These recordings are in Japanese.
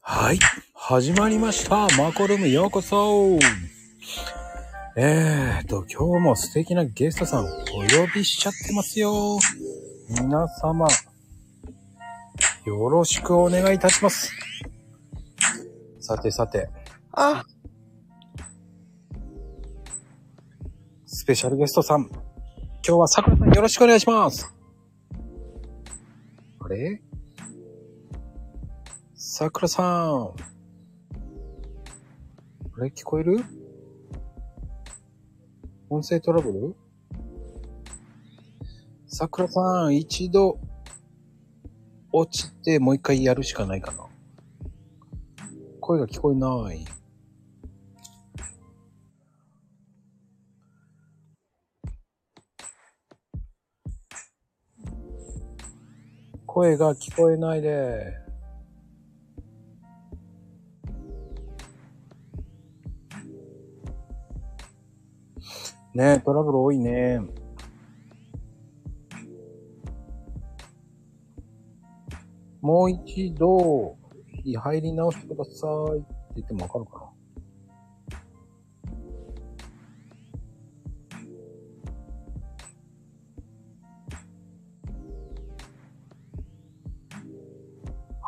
はい。始まりました。マコルームようこそ。えーと、今日も素敵なゲストさんお呼びしちゃってますよ。皆様、よろしくお願いいたします。さてさて、あ、スペシャルゲストさん。今日はさくらさんよろしくお願いします。あれさくらさん。あれ聞こえる音声トラブルさくらさん、一度落ちてもう一回やるしかないかな。声が聞こえない。声が聞こえないで。ねえ、トラブル多いね。もう一度、入り直してくださいって言ってもわかるかな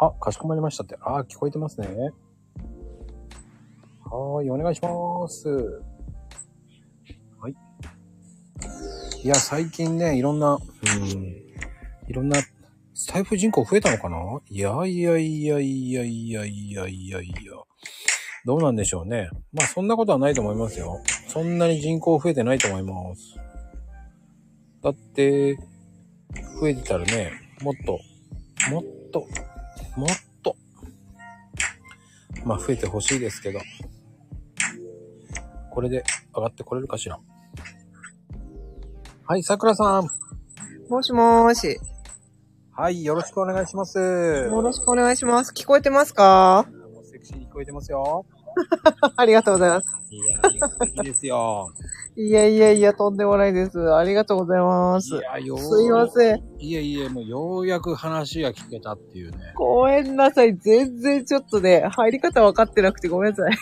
あ、かしこまりましたって。あー、聞こえてますね。はーい、お願いします。はい。いや、最近ね、いろんな、うん、いろんな、スタイフ人口増えたのかないやいやいやいやいやいやいやいや。どうなんでしょうね。まあ、そんなことはないと思いますよ。そんなに人口増えてないと思います。だって、増えてたらね、もっと、もっと、もっと、まあ増えてほしいですけど、これで上がってこれるかしら。はい、桜さん。もしもーし。はい、よろしくお願いします。よろしくお願いします。聞こえてますかもうセクシーに聞こえてますよ。 ありがとうございます。いやー、いいですよ。いやいやいや、とんでもないです。ありがとうございます。や、よすいません。ん。いえいえ、もうようやく話が聞けたっていうね。ごめんなさい。全然ちょっとね、入り方分かってなくてごめんなさい。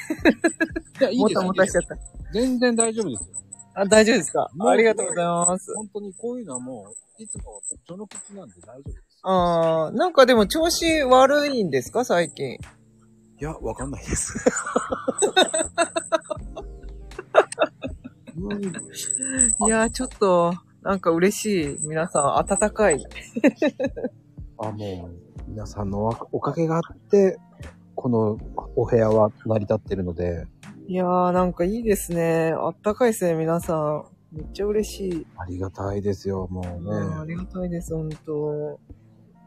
いや、いいもですたよもたしちゃっ全然大丈夫ですよ。た。あ、大丈夫ですかもうありがとうございます。本当にこういうのはもう、いつも序の口なんで大丈夫です。あー、なんかでも調子悪いんですか最近。いや、わかんないです。うんいやー、ちょっと、なんか嬉しい。皆さん、温かい。あ、もう、皆さんのおかげがあって、このお部屋は成り立ってるので、いやー、なんかいいですね。温かいですね、皆さん。めっちゃ嬉しい。ありがたいですよ、もうんあうね。りがたいです、本当。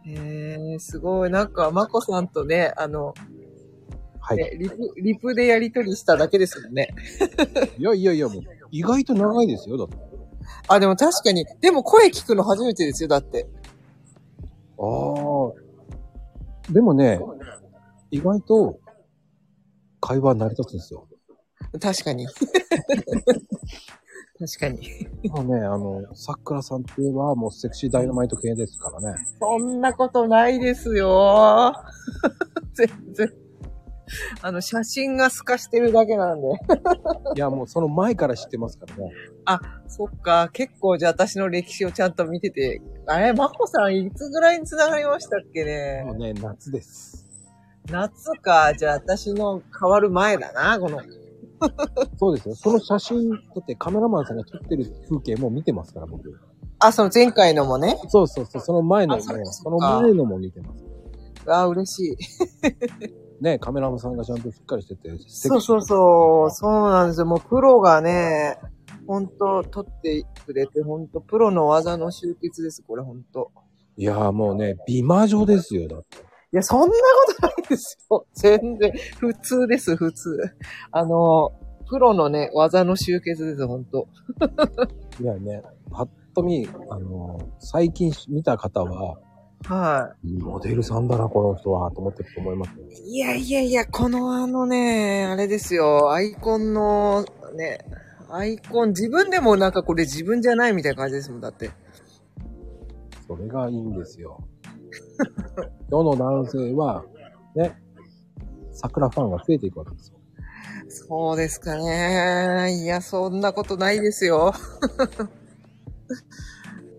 えー、すごい。なんか、まこさんとね、あの、はい。ねリプ、リプでやりとりしただけですもんね。いやいやいや、もう、意外と長いですよ、だって。あ、でも確かに、でも声聞くの初めてですよ、だって。ああ。でもね、意外と、会話成り立つんですよ。確かに。 確かに。もうね、あの、桜さんっていえば、もうセクシーダイナマイト系ですからね。そんなことないですよ。 全然。あの、写真が透かしてるだけなんで。 いや、もうその前から知ってますからね。そっか、結構じゃあ私の歴史をちゃんと見てて。あれ、まこさんいつぐらいに繋がりましたっけねもうね、夏です。夏か。じゃあ、私の変わる前だな、この。そうですよ。その写真、だってカメラマンさんが撮ってる風景も見てますから、僕。あ、その前回のもね。そうそうそう、その前のも、あそっかその前のも見てます。あ、嬉しい。ね、カメラマンさんがちゃんとしっかりしてて、そうそうそう。そうなんですよ。もうプロがね、ほんと、取ってくれて、ほんと、プロの技の集結です、これ、ほんと。いやーもうね、美魔女ですよ、だって。いや、そんなことないですよ。全然。普通です、普通。あの、プロのね、技の集結です、ほんと。いやね、ぱっと見、あのー最近見た方は、はい。モデルさんだな、この人は、と思ってると思いますよ。いやいやいや、このあのね、あれですよ、アイコンの、ね、アイコン、自分でもなんかこれ自分じゃないみたいな感じですもん、だって。それ がいいんですよ。世の男性は、ね、桜ファンが増えていくわけですよ。そうですかね。いや、そんなことないですよ。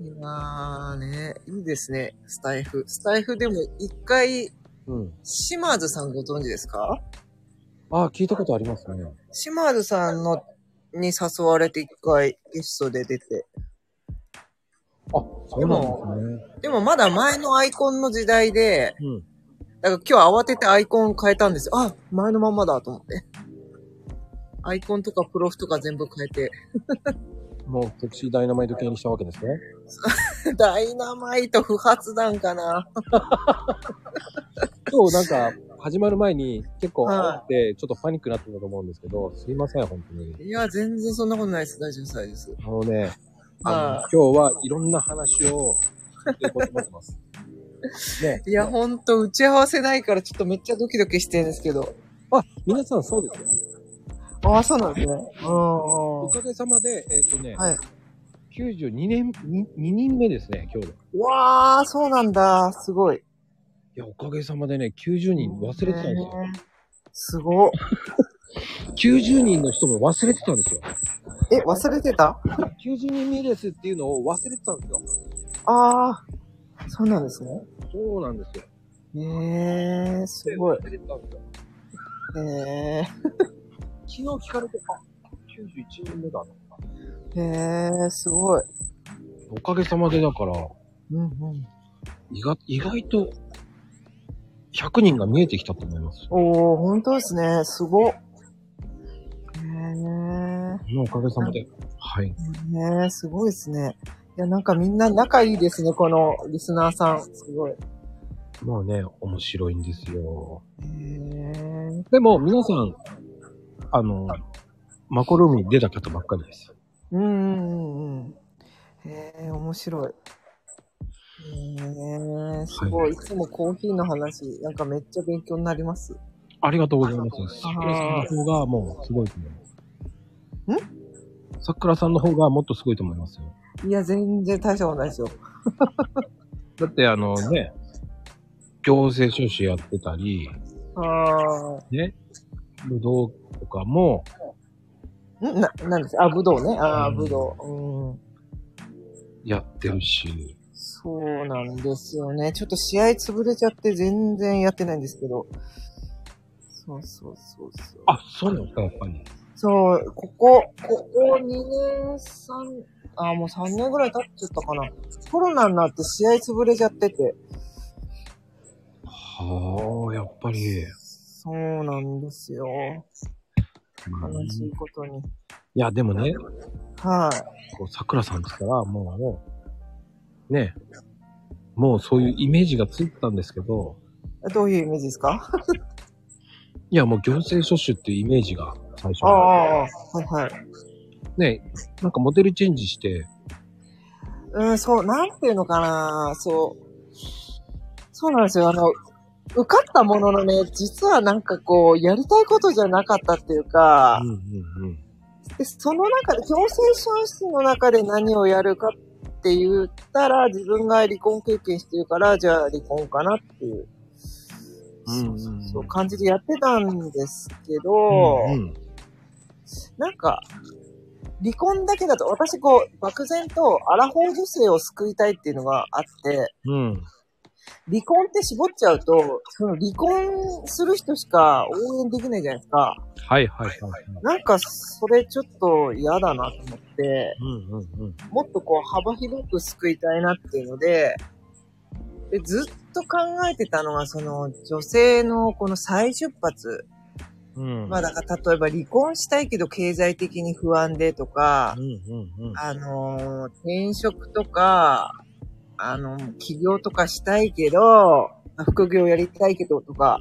いやーね、いいですね、スタイフ。スタイフでも一回、うん。島津さんご存知ですかああ、聞いたことありますね。島津さんのに誘われて一回ゲストで出て。あ、そうなんですね。でもまだ前のアイコンの時代で、うん。だから今日慌ててアイコン変えたんですよ。あ、前のまんまだと思って。アイコンとかプロフとか全部変えて。 もうセクシーダイナマイト系にしたわけですね。ダイナマイト不発弾かな。今日なんか、始まる前に結構あはって、ちょっとパニックになってたと思うんですけど、すいません、本当に。いや、全然そんなことないです。大丈夫です、大丈夫です。あのね、あはの今日はいろんな話を、していこうと思ってます。 ね。い。いや、ほんと、打ち合わせないからちょっとめっちゃドキドキしてるんですけど。あ、皆さんそうですよ。ああ、そうなんですね。おうかげさまで、えっ、とね、はい92年、2, 人目ですね、今日で。いん。わあ、そうなんだ。すごい。や、おかげさまでね、90人忘れてたんですよ。ねすごっ。 90人の人も忘れてたんですよ。え、忘れてた90人目ですっていうのを忘れてたんですよ。ああ、そうなんですね。そうなんですよ。へえー、すごい。忘れてたんですよ。へえ昨日聞かれて、あ、91人目だな。ー、へえー、すごい。おかげさまでだから、うんうん。意外意外と、100人が見えてきたと思います。おー、本当ですね。すごっ。へえー、おかげさまで。はい。ねえ、すごいですね。いや、なんかみんな仲いいですね、このリスナーさん。すごい。へまあね、面白いんですよ。え。でも、皆さん、あの、マコルームに出た方ばっかりです。うんうんうんうん。へえ、面白い。へえ、すごい。いつもコーヒーの話、なんかめっちゃ勉強になります。ありがとうございます。桜さんの方がもうすごいと思います。ん桜さんの方がもっとすごいと思いますよ。いや、全然大したことないですよ。だって、あのね、行政書士やってたり、あね、武道とかも、あ。んな、なんですあ、武道ね。ああ、うん武道。うん。やってるし、そうなんですよね。ちょっと試合潰れちゃって全然やってないんですけど。そうそうそうそう。あ、そうなんですか、やっぱり。そう、ここ、ここ2年、3、あ、もう3年ぐらい経っちゃったかな。コロナになって試合潰れちゃってて。はあ、やっぱり。そうなんですよ。悲しいことに。いや、でもね、はい。こう、桜さんって言ったら、もう、もう、ね、もうそういうイメージがついてたんですけど、どういうイメージですかいや、もう行政書士っていうイメージが最初あ。あ、はいはい。ね、なんかモデルチェンジして、うん、そう、なんていうのかな、そう。そうなんですよ。あの、受かったもののね、実はなんかこう、やりたいことじゃなかったっていうか、うんうんうん。でその中で、強制損失の中で何をやるかって言ったら、自分が離婚経験してるから、じゃあ離婚かなっていう、うんうんうんそう感じでやってたんですけど、うんうんなんか、離婚だけだと、私こう、漠然とアラフォー女性を救いたいっていうのがあって、うん。離婚って絞っちゃうと、その離婚する人しか応援できないじゃないですか。はいはいはいはい。なんか、それちょっと嫌だなと思って、うんうんうん。もっとこう幅広く救いたいなっていうので、でずっと考えてたのが、その女性のこの再出発。うん。まあだから例えば離婚したいけど経済的に不安でとかう、んうんうん。あのー転職とか、あの起業とかしたいけど、副業やりたいけどとか、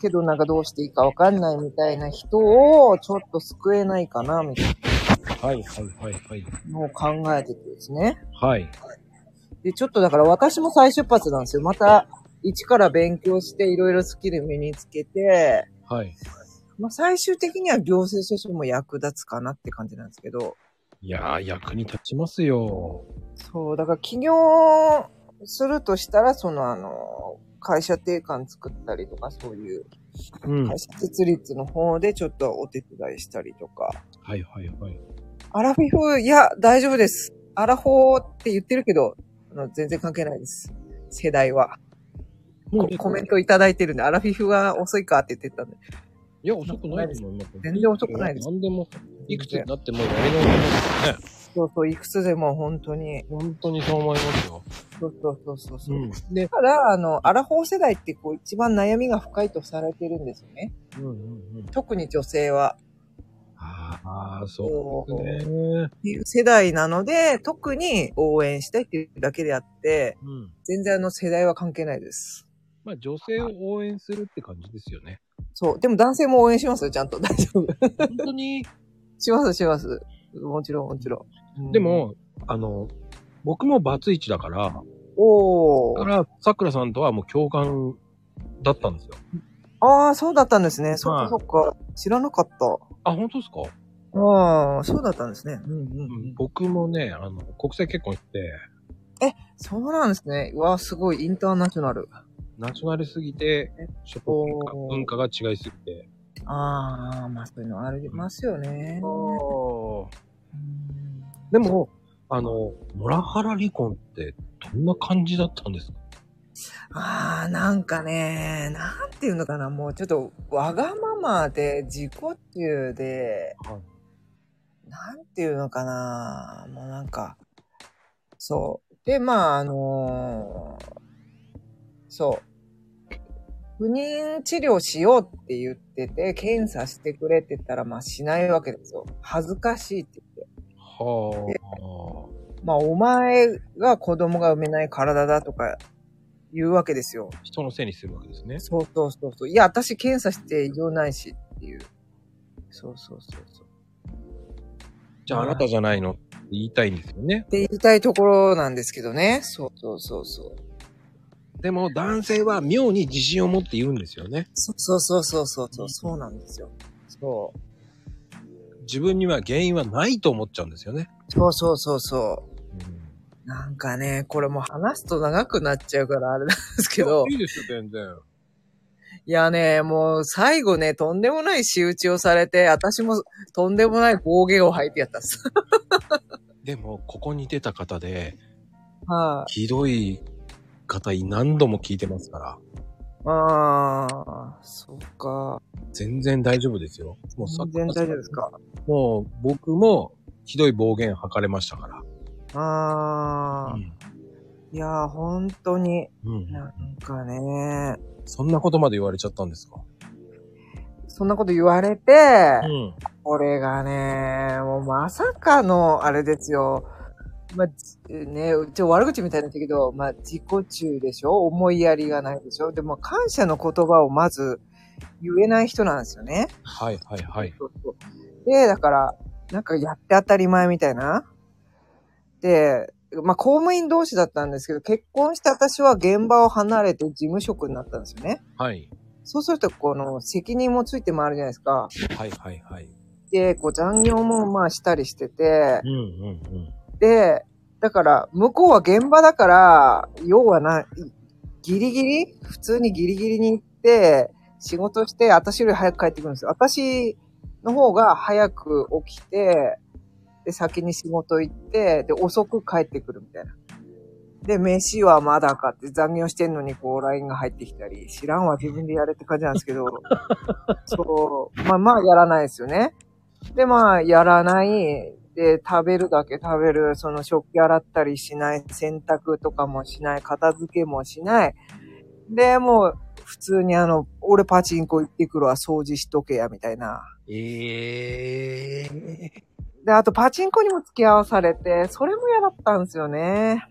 けどなんかどうしていいかわかんないみたいな人をちょっと救えないかな、みたいはいはいはいはい。なのを考えててですね。はい。で、ちょっとだから私も再出発なんですよ。また、一から勉強して、いろいろスキル身につけて、はい。まあ最終的には行政書士も役立つかなって感じなんですけど、いやー、役に立ちますよ。そう、だから起業するとしたら、そのあの、会社定款作ったりとか、そういううん。は会い社設立の方でちょっとお手伝いしたりとか。はいはい。アラフィフ、いや、大丈夫です。アラフォーって言ってるけど、あの全然関係ないです。世代は。もコうねコメントいただいてるんで、アラフィフが遅いかって言ってたんで。いや、遅くないと思います。全然遅くないです何でも、いくつになってもやり直せますね。そうそう、いくつでも本当に。本当にそう思いますよ。そうそうそうそうそう。ん。でだ、から、あの、アラフォー世代ってこう一番悩みが深いとされてるんですよね。うんうんうん。特に女性は。ああ、そうですね。っていう世代なので、特に応援したいっていうだけであって、うん。全然あの世代は関係ないです。まあ、女性を応援するって感じですよね。そう。でも男性も応援しますよ、ちゃんと。大丈夫。 本当に。します、します。もちろん、もちろん。うんで、も、あの、僕もバツイチだから、おだかー。ら、桜さんとはもう共感だったんですよ。ああ、そうだったんですね。そっはかいそっか。知らなかった。あ、本当ですか、ああ、そうだったんですね。うんうんううんん、。僕もね、あの、国際結婚して、そうなんですね。うわあ、すごい、インターナショナル。ナショナルすぎて、食文化おー文化が違いすぎて。ああ、まあそういうのありますよね。うんでも、あの、モラハラ離婚ってどんな感じだったんですかああ、なんかね、なんていうのかな、もうちょっとわがままで自己中で、はいなんていうのかな、もうなんか、そう。で、まあ、あのーそう。不妊治療しようって言ってて、検査してくれって言ったら、まあしないわけですよ。恥ずかしいって言って。はまあ、お前が子供が産めない体だとか言うわけですよ。あ。人のせいにするわけですね。そうそうそうそう。いや、私検査して異常ないしっていう。そうそうそうそう。じゃああなたじゃないのって言いたいんですよねっ。て言いたいところなんですけどね。そうそうそうそう。でも男性は妙に自信を持って言うんですよね。そうそうそうそうそうそう。そうなんですよ。そう。自分には原因はないと思っちゃうんですよね。そうそうそうそう。なんかね、これもう話すと長くなっちゃうからあれなんですけど。いいですよ、全然。いやね、もう最後ね、とんでもない仕打ちをされて、私もとんでもない暴言を吐いてやったんです。でも、ここに出た方で、はい、ひどい方何度も聞いてますから、あ。ああ、そうか。全然大丈夫ですよ。もうさ全然大丈夫ですか。もう僕もひどい暴言吐かれましたから。ああ。うんいやー、本当に、うんなんかね、そんなことまで言われちゃったんですかそんなこと言われて、ん。これがね、もうまさかの、あれですよ。まあ、じね、うち悪口みたいになったけど、まあ、自己中でしょ思いやりがないでしょでも、感謝の言葉をまず言えない人なんですよね。はいはいはい。そうそうで、だから、なんかやって当たり前みたいな。で、まあ、公務員同士だったんですけど、結婚して私は現場を離れて事務職になったんですよね。はい。そうすると、この、責任もついて回るじゃないですか。はいはいはい。で、こう、残業もまあしたりしててう、んうんうん。で、だから、向こうは現場だから、要はな、ギリギリ普通にギリギリに行って、仕事して、私より早く帰ってくるんですよ。私の方が早く起きて、で、先に仕事行って、で、遅く帰ってくるみたいな。で、飯はまだかって残業してんのに、こう、LINE が入ってきたり、知らんわ、自分でやれって感じなんですけど、そう、まあまあ、やらないですよね。で、まあ、やらない。で、食べるだけ食べる。その食器洗ったりしない。洗濯とかもしない。片付けもしない。で、もう、普通にあの、俺パチンコ行ってくるわ、掃除しとけや、みたいな。ええで、あとパチンコにも付き合わされて、それも嫌だったんですよね。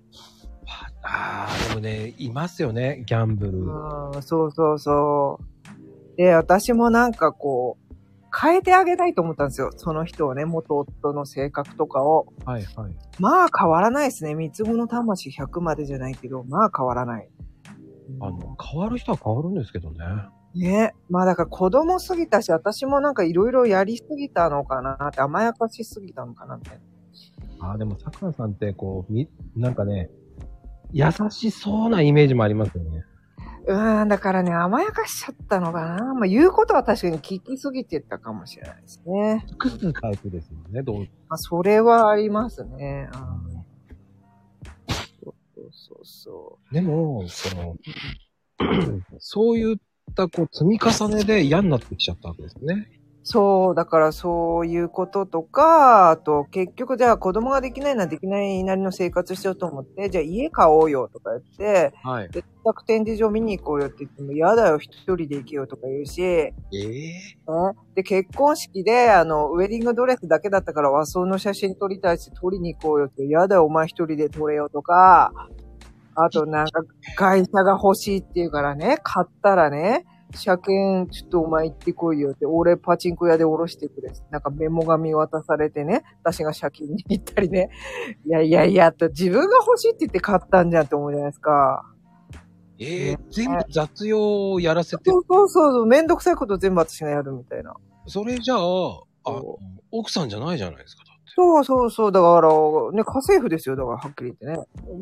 ああ、でもね、いますよね、ギャンブル。うん、そうそうそう。で、私もなんかこう、変えてあげたいと思ったんですよ。その人をね、元夫の性格とかを。はいはい。まあ変わらないですね。三つ子の魂100までじゃないけど、まあ変わらない。あの、変わる人は変わるんですけどね。ね。まあだから子供すぎたし、私もなんかいろいろやりすぎたのかなって、甘やかしすぎたのかなみたいな。ああ、でも桜さんってこう、み、なんかね、優しそうなイメージもありますよね。うーん、だからね、甘やかしちゃったのかな。まあ、言うことは確かに聞きすぎてたかもしれないですね。隠すタイプですもんね、どうまあ、それはありますね。うんそうそうそでも、その、そういったこう積み重ねで嫌になってきちゃったわけですね。う。そう、だからそういうこととか、あと結局じゃあ子供ができないならできないなりの生活しようと思って、じゃあ家買おうよとか言って、はい。別宅展示場見に行こうよって言っても嫌だよ、一人で行けよとか言うし、ええねで、結婚式で、あの、ウェディングドレスだけだったから和装の写真撮りたいし、撮りに行こうよって、やだよ、お前一人で撮れよとか、あとなんか、会社が欲しいっていうからね、買ったらね、車検、ちょっとお前行ってこいよって、俺パチンコ屋で降ろしてくれ。なんかメモ紙渡されてね、私が車検に行ったりね。いやいやいや、と自分が欲しいって言って買ったんじゃんって思うじゃないですか。ええ全部雑用をやらせてそ、うそうそうそう、めんどくさいこと全部私がやるみたいな。それじゃあ、あの奥さんじゃないじゃないですか。だってそうそうそう。だから、ね、家政婦ですよ。だから、はっきり言ってね。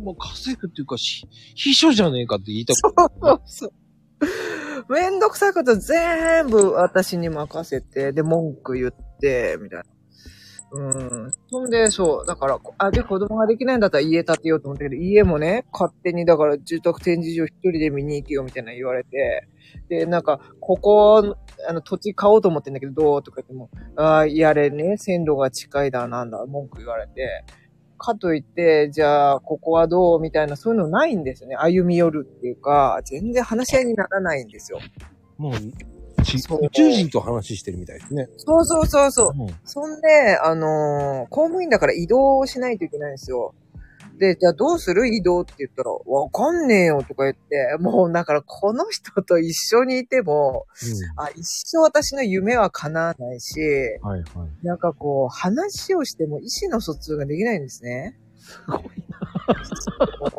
もう家政婦っていうか、ひ秘書じゃねえかって言いたくそうそう。めんどくさいこと全部私に任せて、で、文句言って、みたいな。うん。そんで、そう。だから、あ、で、子供ができないんだったら家建てようと思ったけど、家もね、勝手に、だから、住宅展示場一人で見に行けよ、みたいな言われて。で、なんか、ここ、あの、土地買おうと思ってんだけど、どうとか言っても、ああ、やれね、線路が近いだ、なんだ、文句言われて。かといって、じゃあ、ここはどうみたいな、そういうのないんですよね。歩み寄るっていうか、全然話し合いにならないんですよ。もう、ちそう宇宙人と話してるみたいですね。そうそうそうそう。うんそんで、あのー公務員だから移動をしないといけないんですよ。で、じゃあどうする移動って言ったら、わかんねえよとか言って、もうだからこの人と一緒にいても、あ、一生私の夢は叶わないし、はいはい。なんかこう、話をしても意思の疎通ができないんですね。すごいな。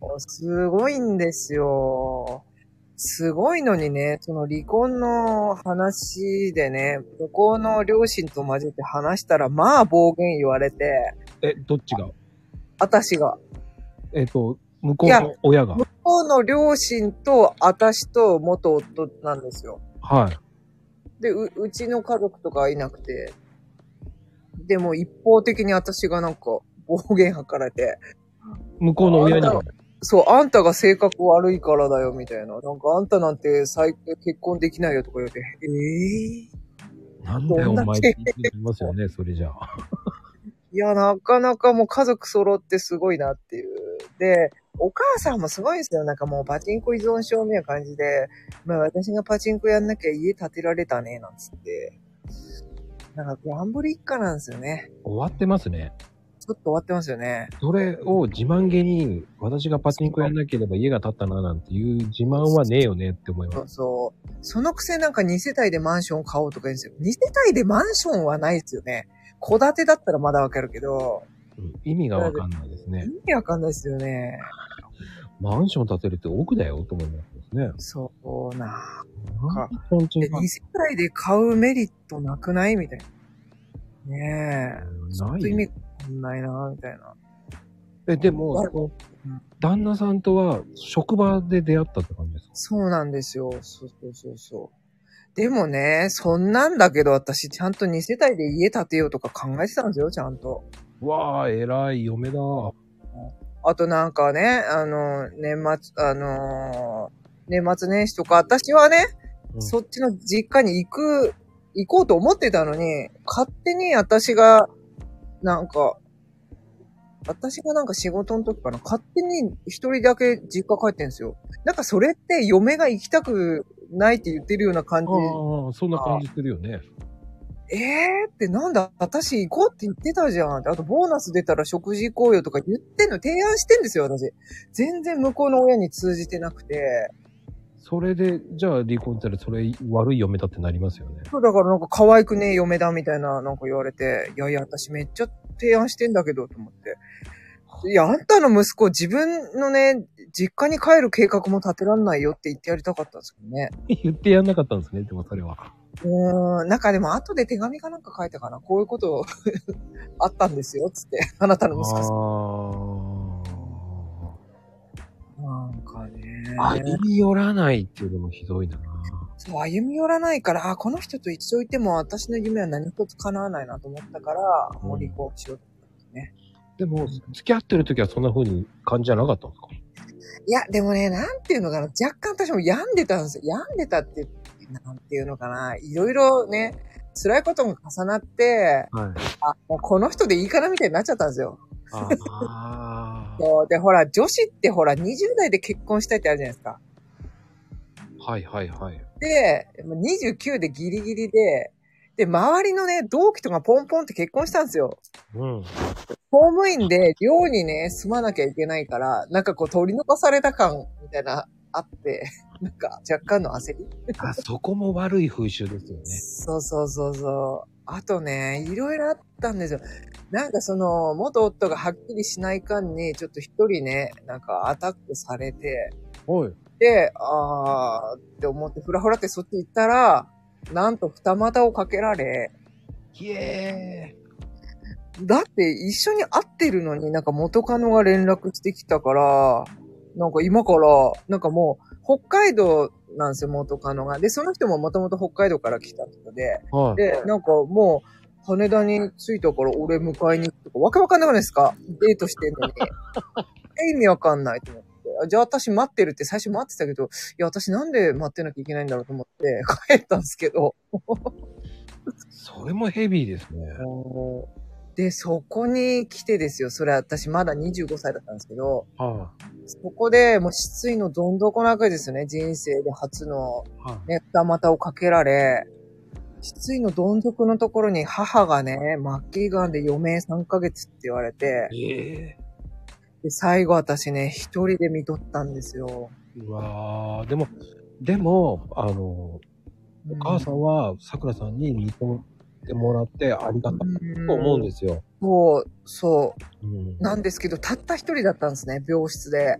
もうすごいんですよ。すごいのにね、その離婚の話でね、向こうの両親と混ぜて話したら、まあ暴言言われて、え、どっちが私が、えっ、と、向こうの親が向。こうの両親と私と元夫なんですよ。はい。で、う、うちの家族とかいなくて、でも一方的に私がなんか暴言吐かれて、向こうの親にも。そう、あんたが性格悪いからだよ、みたいな。なんか、あんたなんて最結婚できないよとか言うて、ええなんだよ、おどんだけ前って言ってきますよね、それじゃあ。いや、なかなかもう家族揃ってすごいなっていう。で、お母さんもすごいんですよ。なんかもうパチンコ依存症みたいな感じで、まあ私がパチンコやんなきゃ家建てられたね、なんつって。なんかギャンブル一家なんですよね。終わってますね。ちょっと終わってますよね。それを自慢げに、私がパチンコやんなければ家が建ったな、なんていう自慢はねえよねって思いそまうす。そう。そのくせなんか2世帯でマンション買おうとか言うんですよ。2世帯でマンションはないですよね。戸建てだったらまだわかるけど、うん意味がわかんないですね意。味わかんないですよね。マンション建てるって奥だよと思いますね。そうな。マンションで、賃2貸世帯で買うメリットなくないみたいな。ねえ。ちょなっいとよ意味わかんないな、みたいな。え、でも、その旦那さんとは職場で出会ったって感じですかそうなんですよ。そうそうそうそう。でもね、そんなんだけど私ちゃんと2世帯で家建てようとか考えてたんですよ、ちゃんと。わあ、偉い嫁だ。あとなんかね、あの、年末、あのー年末年始とか、私はね、うんそっちの実家に行く、行こうと思ってたのに、勝手に私が、なんか、私がなんか仕事の時かな、勝手に一人だけ実家帰ってんですよ。なんかそれって嫁が行きたくないって言ってるような感じああ、そんな感じするよね。ええー、ってなんだ、私行こうって言ってたじゃんって。あと、ボーナス出たら食事行こうよとか言ってんの、提案してんですよ、私。全然向こうの親に通じてなくて。それで、じゃあ離婚したらそれ悪い嫁だってなりますよね。 そう、だからなんか可愛くねえ嫁だみたいな、なんか言われて。いやいや、私めっちゃ提案してんだけど、と思って。いや、あんたの息子、自分のね、実家に帰る計画も立てらんないよって言ってやりたかったんですけどね。言ってやんなかったんですね、でもそれは。うーん、なんかでも後で手紙かなんか書いたかな。こういうこと あったんですよ、つって。あなたの息子さんあなんかね。歩み寄らないっていうのもひどいな。そう、歩み寄らないから、あ、この人と一生いても私の夢は何一つ叶わないなと思ったから、もう離婚しようと思ったんですね。でも、付き合ってる時はそんな風に感じじゃなかったんですかいや、でもね、なんていうのかな、若干私も病んでたんですよ。病んでたって、なんていうのかな、いろいろね、辛いことも重なって、はい。あ、もうこの人でいいかなみたいになっちゃったんですよ。あ あ。そうで、ほら、女子ってほら、20代で結婚したいってあるじゃないですか。はいはいはい。で、29でギリギリで、で、周りのね、同期とかポンポンって結婚したんですよ。うん。公務員で寮にね、住まなきゃいけないから、なんかこう取り残された感みたいな、あって、 なんか若干の焦りあ、そこも悪い風習ですよね。そうそうそうそう。あとね、いろいろあったんですよ。なんかその、元夫がはっきりしない間に、ちょっと一人ね、なんかアタックされて、はい。で、あーって思って、ふらふらってそっち行ったら、なんと二股をかけられ、イエだって一緒に会ってるのになんか元カノが連絡してきたから、なんか今から、なんかもう北海道なんですよ、元カノが。で、その人ももともと北海道から来た人で、ーイ。はい。で、なんかもう羽田に着いたから俺迎えに行くとか、わけわかんなくないですかデートしてん のに。え、意味わかんないと思って。あじゃあ私待ってるって最初待ってたけど、いや私なんで待ってなきゃいけないんだろうと思って帰ったんですけど、それもヘビーですね。で、そこに来てですよ。それ私まだ25歳だったんですけど、はそこでもう失意のどん底なわけですよね。人生で初のい。はね、二股をかけられ、失意のどん底のところに母がね、末期癌で余命3ヶ月って言われて、い。ええで最後私ね、一人で見とったんですよ。うわーでも、でも、あの、お母さうんは、さくらさんに認めてもらってありがたいんと思うんですよ。そう、そうんう。なんですけど、たった一人だったんですね、病室で。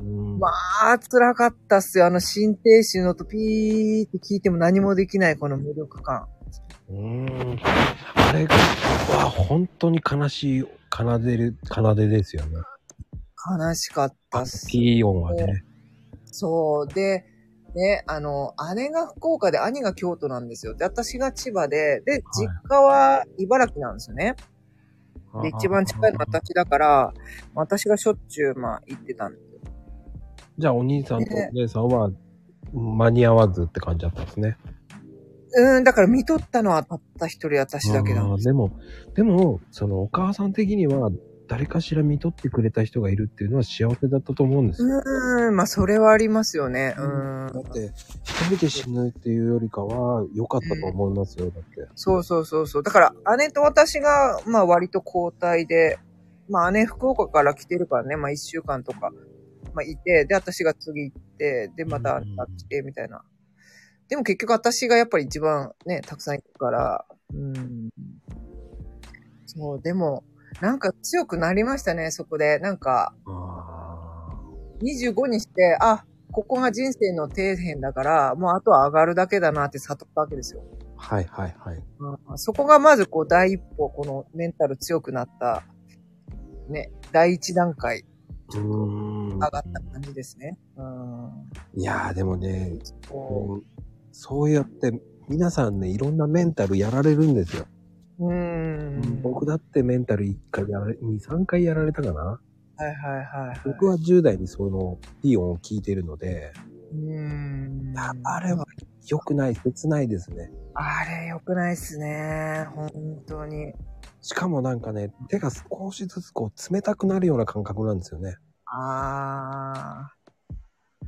うんまあ、辛かったっすよ。あの、心停止の音ピーって聞いても何もできないこの無力感。うーん。あれは本当に悲しい奏でる、奏でですよね。悲しかったっす。ピー音はね。そう。で、ね、あの、姉が福岡で兄が京都なんですよ。で、私が千葉で、で、実家は茨城なんですよね。で、一番近いのは私だから、私がしょっちゅう、まあ、行ってたんですよ。じゃあお兄さんとお姉さんは間に合わずって感じだったんですね。うーん、だから見とったのはたった一人私だけだ。あーでも、でも、そのお母さん的には誰かしら見とってくれた人がいるっていうのは幸せだったと思うんですよ。うーん、まあ、それはありますよね。うーん。だって、一人で死ぬっていうよりかは良かったと思いますよ、だって。そうそうそうそう。だから、姉と私が、まあ割と交代で、まあ姉福岡から来てるからね、まあ一週間とか、まあいて、で、私が次行って、で、またうん姉が来て、みたいな。でも結局私がやっぱり一番ね、たくさん行くから、うん。そう、でも、なんか強くなりましたね、そこで。なんか、あ25にして、あ、ここが人生の底辺だから、もうあとは上がるだけだなって悟ったわけですよ。あ。はいはいはい。うんそこがまずこう第一歩、このメンタル強くなった、ね、第一段階うーん。上がった感じですね。うん。いやーでもね、ここうそうやって皆さんね、いろんなメンタルやられるんですよ。ううん。僕だってメンタル1回やられ、2、3回やられたかな。はいはいはいはい。僕は10代にそのピー音を聞いてるので、うん。ああれは。良くない、切ないですね。あれ良くないっすね。本当に。しかもなんかね、手が少しずつこう冷たくなるような感覚なんですよね。あー。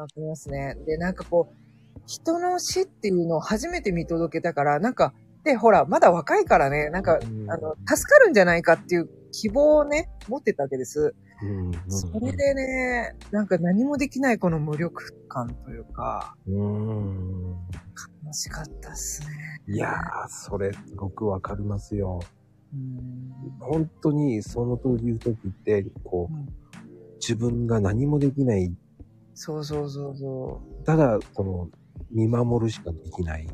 わかりますね。で、なんかこう、人の死っていうのを初めて見届けたから、なんか、で、ほら、まだ若いからね、なんか、うんあの、助かるんじゃないかっていう希望をね、持ってたわけです。うんうんそれでね、なんか何もできないこの無力感というか、うん。楽しかったっすね。いやー、それすごくわかりますよ。うん。本当にその時いう時って、こうんう、自分が何もできないそうそうそうそただ、その、見守るしかできない。う。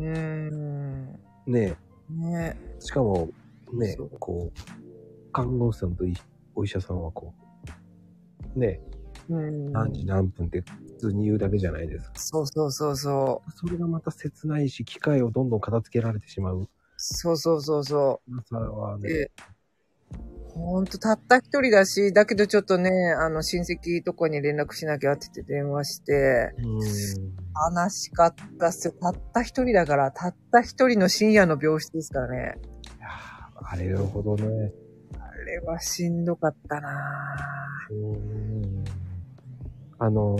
うーん。ねえねしかも、ねそうえこう、看護師さんといお医者さんはこう、ねえうん。何時何分って普通に言うだけじゃないですか。そうそうそうそう。それがまた切ないし、機械をどんどん片付けられてしまう。そうそうそうそ朝はう。ね、で、ほんとたった一人だし、だけどちょっとね、あの、親戚とかに連絡しなきゃって言って電話して、うん。悲しかったっすよ。たった一人だから、たった一人の深夜の病室ですからね。いやーあれほどね。あれはしんどかったなぁうん。あの、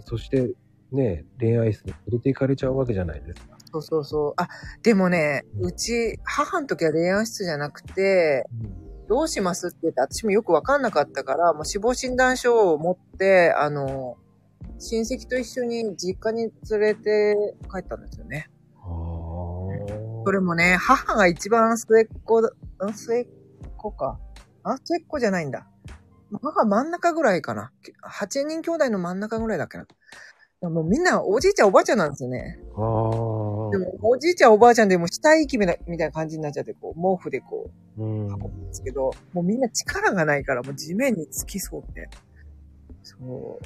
そして、ね、恋愛室に連れて行かれちゃうわけじゃないですか。そうそうそう。あ、でもね、うち、母の時は恋愛室じゃなくて、どうしますって言って、私もよくわかんなかったから、もう死亡診断書を持って、あの、親戚と一緒に実家に連れて帰ったんですよね。ああ。それもね、母が一番末っ子だ、ん末っ子か。あ、末っ子じゃないんだ。母真ん中ぐらいかな。8人兄弟の真ん中ぐらいだっけな。もうみんなおじいちゃんおばあちゃんなんですよね。ああ。でもおじいちゃんおばあちゃんでも死体生きみたいな感じになっちゃって、こう毛布でこううん。運ぶんですけど、もうみんな力がないから、もう地面につきそうって。そ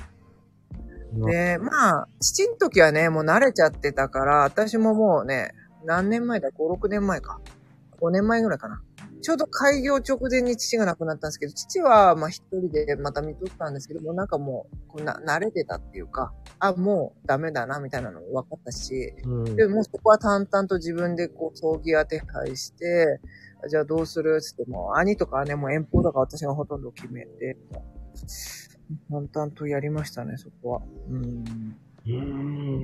う。で、まあ、父の時はね、もう慣れちゃってたから、私ももうね、何年前だ ?5、6年前か。5年前ぐらいかな。ちょうど開業直前に父が亡くなったんですけど、父は、まあ一人でまた見とったんですけども、なんかもう、こうな、慣れてたっていうか、あ、もうダメだな、みたいなの分かったし、うんで、もうそこは淡々と自分でこう、葬儀当て配して、じゃあどうするつって、もう兄とかはね、もう遠方だから私がほとんど決めて、淡々とやりましたね、そこは。うん。うー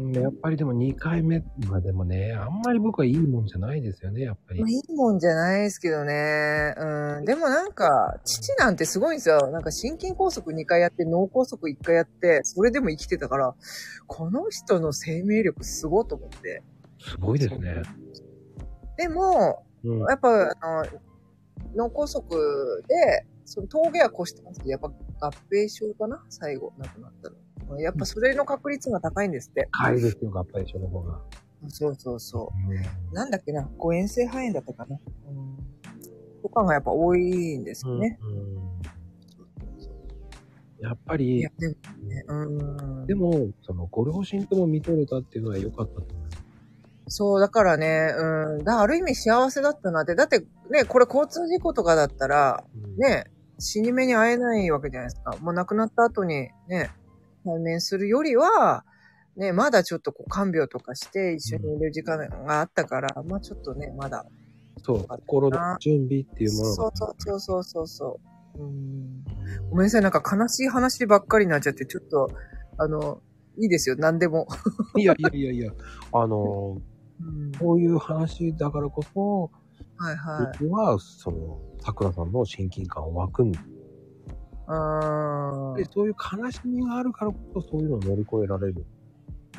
ん、やっぱりでも2回目まあでもね、あんまり僕はいいもんじゃないですよね、やっぱりまあ、。いいもんじゃないですけどね。うん。でもなんか、父なんてすごいんですよ。なんか心筋梗塞2回やって、脳梗塞1回やって、それでも生きてたから、この人の生命力すごいと思って。すごいですね。でも、うん。やっぱ、あの、脳梗塞で、その峠は越してますけど、やっぱ合併症かな最後、亡くなったの。やっぱそれの確率が高いんですって。高いですよ、やっぱりその方が。そうそうそうう。んなんだっけな、誤嚥性肺炎だったかな。うん。とかがやっぱ多いんですよね。うんやっぱいりや、、でもね、うん。でも、その、ご両親とも見とれたっていうのは良かったと思います。そう、だからね、うん。だある意味幸せだったなって。だってね、これ交通事故とかだったら、うん、ね、死に目に会えないわけじゃないですか。もう亡くなった後にね、対面するよりは、ね、まだちょっとこう看病とかして一緒にいる時間があったから、まあちょっとね、まだ。そう、心の準備っていうものそがう。そうそうそうそうそう。うん。ごめんなさい、なんか悲しい話ばっかりになっちゃって、ちょっと、あの、いいですよ、何でも。いやいやいやいや、あの、うん、こういう話だからこそ、はいはい。僕は、その、桜さんの親近感を湧くんであで、そういう悲しみがあるからこそ、そういうのを乗り越えられる。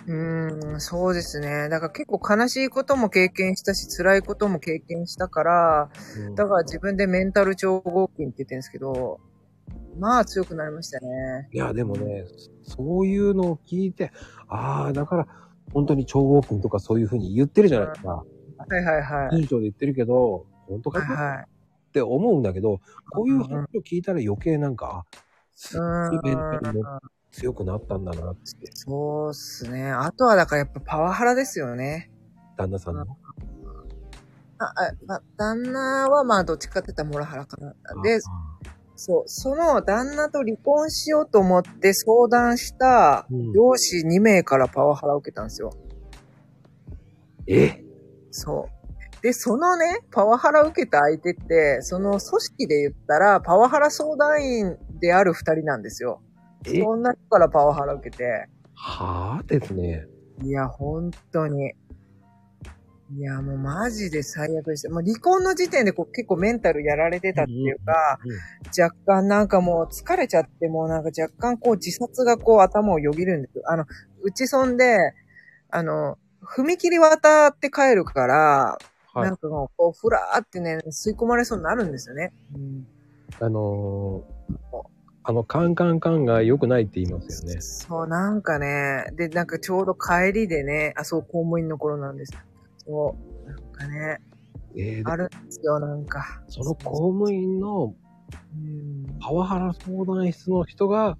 うん、そうですね。だから結構悲しいことも経験したし、辛いことも経験したから、だから自分でメンタル超合金って言ってるんですけど、まあ強くなりましたね。いや、でもね、そういうのを聞いて、ああ、だから、本当に超合金とかそういうふうに言ってるじゃないですか。はいはいはい。文章で言ってるけど、本当かはいなっはい。て思うんだけど、こういう話を聞いたら余計なんか、あうメンタルーもん。強くなったんだなって、そうっすね。あとはだからやっぱパワハラですよね。旦那さんの。あ、あ、まあ、旦那はまあどっちかって言ったらモラハラかな。で、あそう、その旦那と離婚しようと思って相談したーうん漁師2名からパワハラを受けたんですよ。えそう。で、そのね、パワハラ受けた相手って、その組織で言ったら、パワハラ相談員である二人なんですよ。えそんな人からパワハラ受けて、はあですね。いや、本当に。いや、もうマジで最悪でした。もう離婚の時点でこう結構メンタルやられてたっていうか、うんうん若干なんかもう疲れちゃって、もうなんか若干こう自殺がこう頭をよぎるんですよ。あの、うちそんで、あの、踏切渡って帰るから、はいなんかもう、こう、ふらーってね、吸い込まれそうになるんですよね。あのーあの、カンカンカンが良くないって言いますよね。そう、なんかね、で、なんかちょうど帰りでね、あ、そう、公務員の頃なんです。そう、なんかね、えーあるんですよ、なんか。その公務員のうんパワハラ相談室の人が、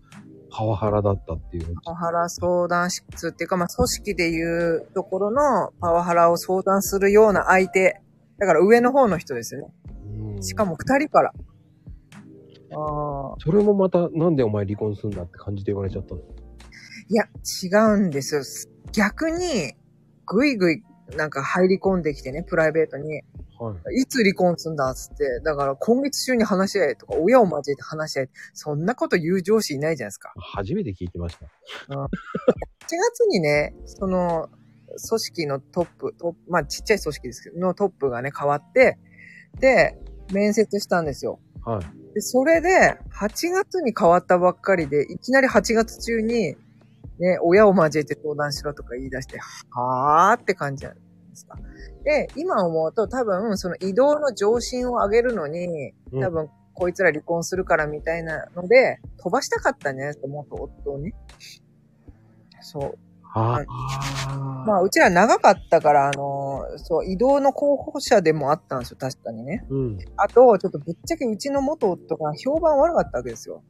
パワハラだったっていう。パワハラ相談室っていうか、まあ、組織でいうところのパワハラを相談するような相手。だから上の方の人ですよね。うんしか。も二人から。ああ。それもまた、なんでお前離婚すんだって感じで言われちゃったの。いや、違うんですよ。逆に、ぐいぐい、なんか入り込んできてね、プライベートに。はい。いつ離婚すんだっつって。だから今月中に話し合えとか、親を交えて話し合え。そんなこと言う上司いないじゃないですか。初めて聞いてました。 7月にね、その、組織のトップ、トップまあちっちゃい組織ですけど、のトップがね、変わって、で、面接したんですよ。はい。で、それで、8月に変わったばっかりで、いきなり8月中に、ね、親を交えて相談しろとか言い出して、はーって感じなんですか。で、今思うと多分、その移動の上申を上げるのに、うん多分、こいつら離婚するからみたいなので、飛ばしたかったね、元夫をね。そう。あはいあ。まあ、うちら長かったから、あのーそう、移動の候補者でもあったんですよ、確かにね。うん。あと、ちょっとぶっちゃけうちの元夫が評判悪かったわけですよ。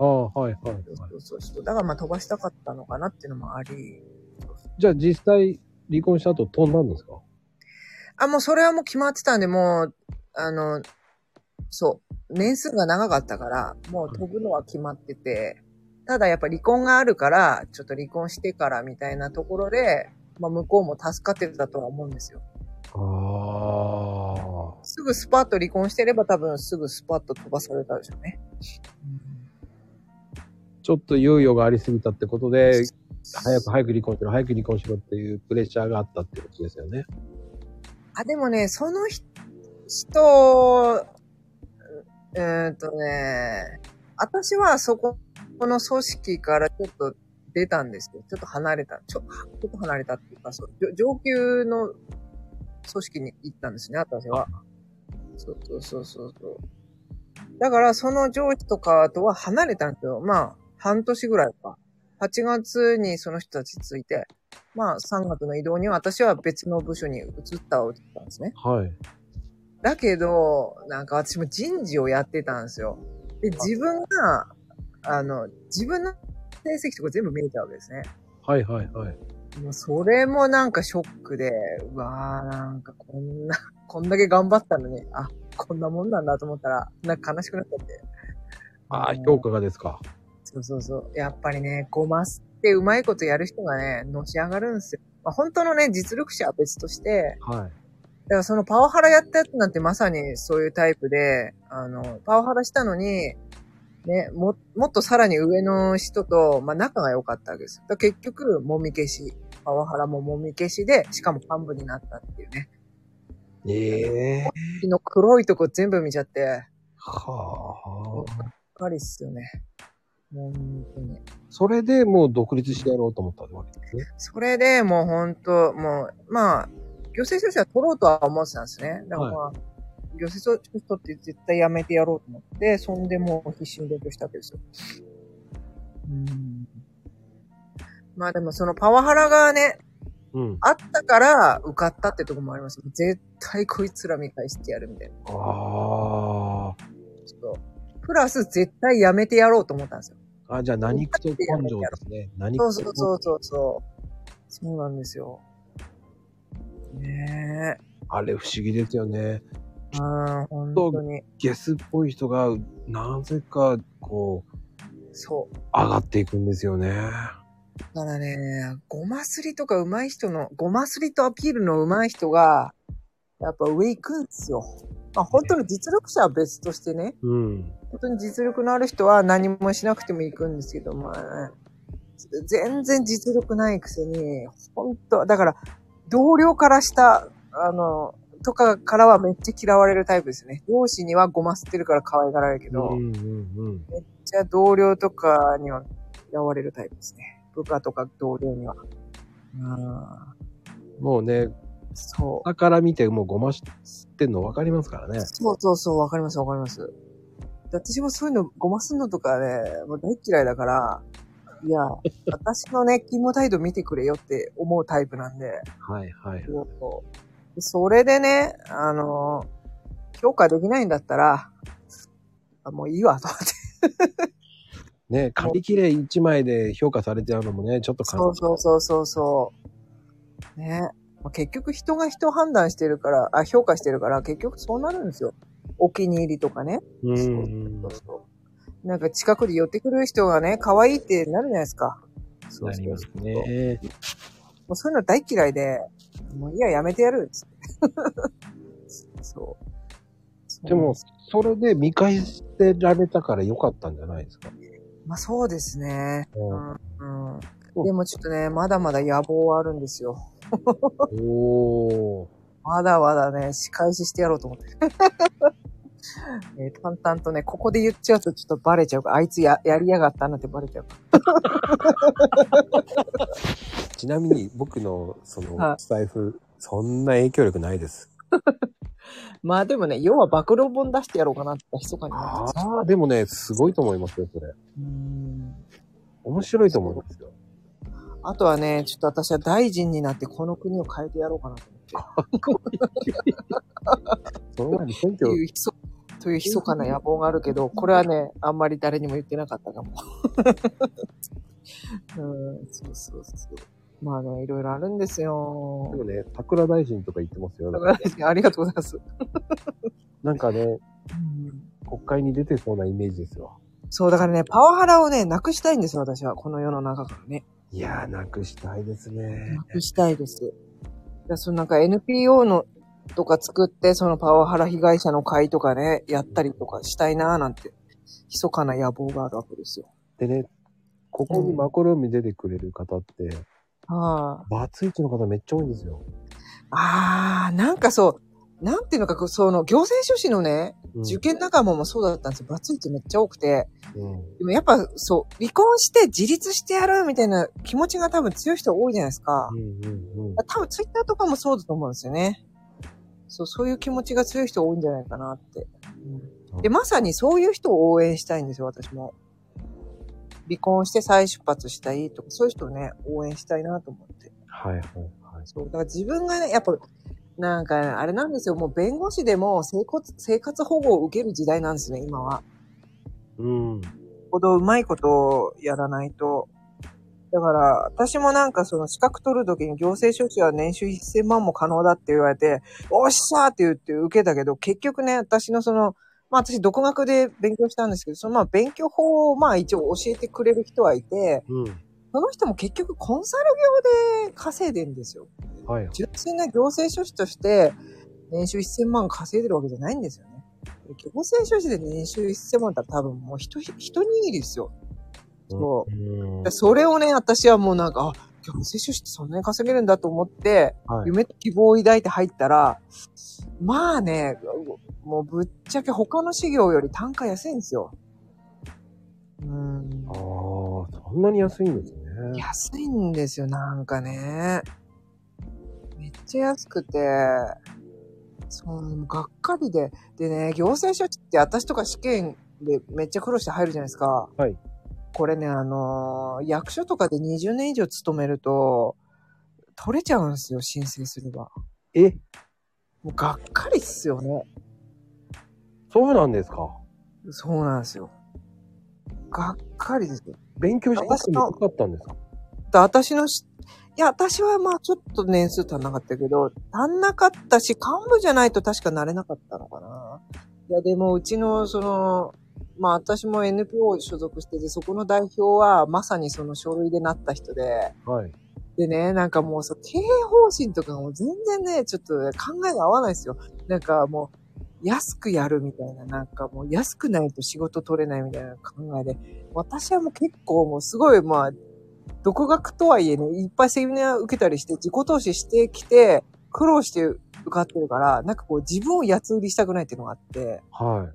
ああ、はいはいはい。そうそうそう。だからまあ飛ばしたかったのかなっていうのもあり。じゃあ実際、離婚した後飛んだんですかあ、もうそれはもう決まってたんで、もう、あの、そう、年数が長かったから、もう飛ぶのは決まってて、ただやっぱ離婚があるから、ちょっと離婚してからみたいなところで、まあ向こうも助かってたとは思うんですよ。ああ。すぐスパッと離婚してれば多分すぐスパッと飛ばされたでしょうね。ちょっと猶予がありすぎたってことで、早く早く離婚しろ、早く離婚しろっていうプレッシャーがあったってことですよね。あ、でもね、そのひ人、うーんとね、私はそこの組織からちょっと出たんですけど、ちょっと離れた、ちょちょっと離れたっていうか、そう上上級の組織に行ったんですね、私は。そうそうそうそうそう。だから、その上司とかとは離れたんですよ。まあ、半年ぐらいか。8月にその人たちついて、まあ、3月の移動には私は別の部署に移ったわけなんですね。はい。だけど、なんか私も人事をやってたんですよ。で、自分が、あの、自分の成績とか全部見えたわけですね。はいはいはい。もうそれもなんかショックで、うわーなんかこんな、こんだけ頑張ったのに、あ、こんなもんなんだと思ったら、なんか悲しくなっちゃって。ああ、うん評価がですか。そうそうそう。やっぱりね、ごますってうまいことやる人がね、のし上がるんですよ。まあ、本当のね、実力者は別として、はい。だからそのパワハラやったやつなんてまさにそういうタイプで、あの、パワハラしたのに、ね、も、もっとさらに上の人と、まあ、仲が良かったわけです。だから結局、もみ消し。パワハラももみ消しで、しかも幹部になったっていうね。ええ昨日黒いとこ全部見ちゃって、はあ。がっかりっすよね。本当に。それでもう独立してやろうと思ったわけですね。それでもう本当、もう、まあ、行政書士は取ろうとは思ってたんですね。だから、まあ行政書士取って絶対やめてやろうと思って、そんでもう必死に勉強したわけですよ。うん。まあでもそのパワハラがね、うん。あったから受かったってとこもあります。絶対こいつら見返してやるみたいな。あちょっと。プラス絶対やめてやろうと思ったんですよ。あ。あ、じゃあ何くと根性ですね。何そくうそとうそうそうそう。そうなんですよ。ねえ。あれ不思議ですよね。ああ、本当に。ゲスっぽい人が、なぜか、こう、そう。上がっていくんですよね。だからね、ごますりとか上手い人の、ごますりとアピールの上手い人が、やっぱ上行くんですよ。まあ本当に実力者は別としてね、うん。本当に実力のある人は何もしなくても行くんですけど、まあ、全然実力ないくせに、本当だから、同僚からした、あの、とかからはめっちゃ嫌われるタイプですね。上司にはごますってるから可愛がられるけうど、んうんうん。じゃあ同僚とかには嫌われるタイプですね。部下とか同僚には。うん。もうね、そ下から見てもうごましてんの分かりますからねう。。そうそうそう、わかりますわかります。で私もそういうの、ごますんのとかね、もう大嫌いだから、いや、私のね、勤務態度見てくれよって思うタイプなんで、はいはい。そうそうでそれでね、あの、評価できないんだったら、あもういいわ、と思って。ね、紙切れ1枚で評価されてあるのもね、ちょっとそうそうそうそうそう。ね。まあ結局人が人を判断してるから、あ、評価してるから、結局そうなるんですよ。お気に入りとかね。うそんそう。そう。なんか近くで寄ってくる人がね、可愛いってなるじゃないですか。なりますね。もうそういうの大嫌いで、もういや、やめてやるっつって そう。でも、、それで見返してられたから良かったんじゃないですか。まあそうですね。うんうん。でもちょっとね、まだまだ野望はあるんですよ。おー。まだまだね、仕返ししてやろうと思って。 えー淡々とね、ここで言っちゃうとちょっとバレちゃうから、あいつややりやがったなってバレちゃうかちなみに僕のそはのいスタイフ、そんな影響力ないです。ら。まあでもね、要は暴露本出してやろうかなって、密かにねああ、でもね、すごいと思いますよ、それ。うん面白いと思いますよ。あとはね、ちょっと私は大臣になってこの国を変えてやろうかなと思って。その前に選と挙いう、ひそ、という密かな野望があるけど、これはね、あんまり誰にも言ってなかったかも。 うん、そうそうそう。まあね、いろいろあるんですよで。もね、桜大臣とか言ってますよ。だかだかららですねありがとうございます。なんかね、国会に出てそうなイメージですよ。そう、だからね、パワハラをね、なくしたいんですよ、私は。この世の中からね。いやー、なくしたいですねな。くしたいです。だからそのなんか NPO のとか作って、そのパワハラ被害者の会とかね、やったりとかしたいなーなんて、密かな野望があるわけですよ。でね、ここにマコルームに出てくれる方って、はバツイチの方めっちゃ多いんですよ。あ。あー、なんかそう、なんていうのか、こうその行政書士のね、うん受験仲間もそうだったんですよ。バツイチめっちゃ多くて。うんでもやっぱそう、離婚して自立してやるみたいな気持ちが多分強い人多いじゃないですか。うんうんうん。多分ツイッターとかもそうだと思うんですよね。そう、そういう気持ちが強い人多いんじゃないかなって。うんで、まさにそういう人を応援したいんですよ、私も。離婚して再出発したいとか、そういう人をね、応援したいなと思って。はいはいはい。そう、だから自分がね、やっぱ、なんか、あれなんですよ、もう弁護士でも生活、生活保護を受ける時代なんですね、今は。うん。ほどうまいことをやらないと。だから、私もなんかその資格取るときに行政処置は年収1000万も可能だって言われて、おっしゃーって言って受けたけど、結局ね、私のその、まあ私独学で勉強したんですけど、そのまあ勉強法をまあ一応教えてくれる人はいて、うん。その人も結局コンサル業で稼いでんですよ。はいはい。。純粋な行政書士として年収1000万稼いでるわけじゃないんですよね。行政書士で年収1000万だったら多分もう一ひ一握りですよ。そううんでそれをね、私はもうなんか、あ、行政書士ってそんなに稼げるんだと思って、はい夢と希望を抱いて入ったら、まあね、もうぶっちゃけ他の事業より単価安いんですよ。うんああ、。そんなに安いんですね。安いんですよ、なんかね。めっちゃ安くて、そう、がっかりで。でね、行政書士って私とか試験でめっちゃ苦労して入るじゃないですか。はい。これね、あのー役所とかで20年以上勤めると、取れちゃうんですよ、申請すれば。え、もうがっかりっすよね。そうなんですか。そうなんですよ。がっかりですよ。勉強してもよかったんですかだ私のし、いや、私はまあちょっと年数足んなかったけど、足んなかったし、幹部じゃないと確かなれなかったのかな。いや、でもうちの、その、まあ私も NPO 所属してて、そこの代表はまさにその書類でなった人で、はい。でね、なんかもうさ、経営方針とかがもう全然ね、ちょっと考えが合わないですよ。なんかもう、安くやるみたいな、なんかもう安くないと仕事取れないみたいな考えで、私はもう結構もうすごい、まあ、独学とはいえね、いっぱいセミナー受けたりして、自己投資してきて、苦労して受かってるから、なんかこう自分を八つ売りしたくないっていうのがあって、は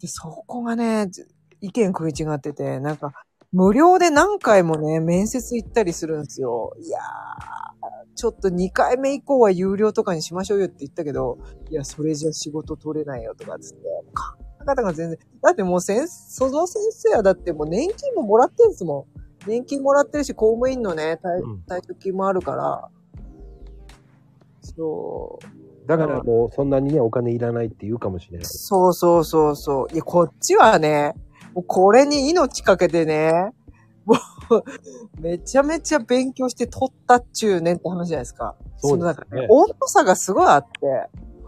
で、そこがね、ず意見食い違ってて、なんか、無料で何回もね、面接行ったりするんですよ。いやー、ちょっと2回目以降は有料とかにしましょうよって言ったけど、いや、それじゃ仕事取れないよとかっつって、考え方が全然、だってもう先、その先生はだってもう年金ももらってるんですもん。年金もらってるし、公務員のね、い。退うん退職金もあるから、そう、だからもうそんなにね、お金いらないって言うかもしれない。そうそうそうそう。いや、こっちはね、もうこれに命かけてね、もう、めちゃめちゃ勉強して取ったっちゅうねんって話じゃないですか。そうですねの中ね、温度差がすごいあって、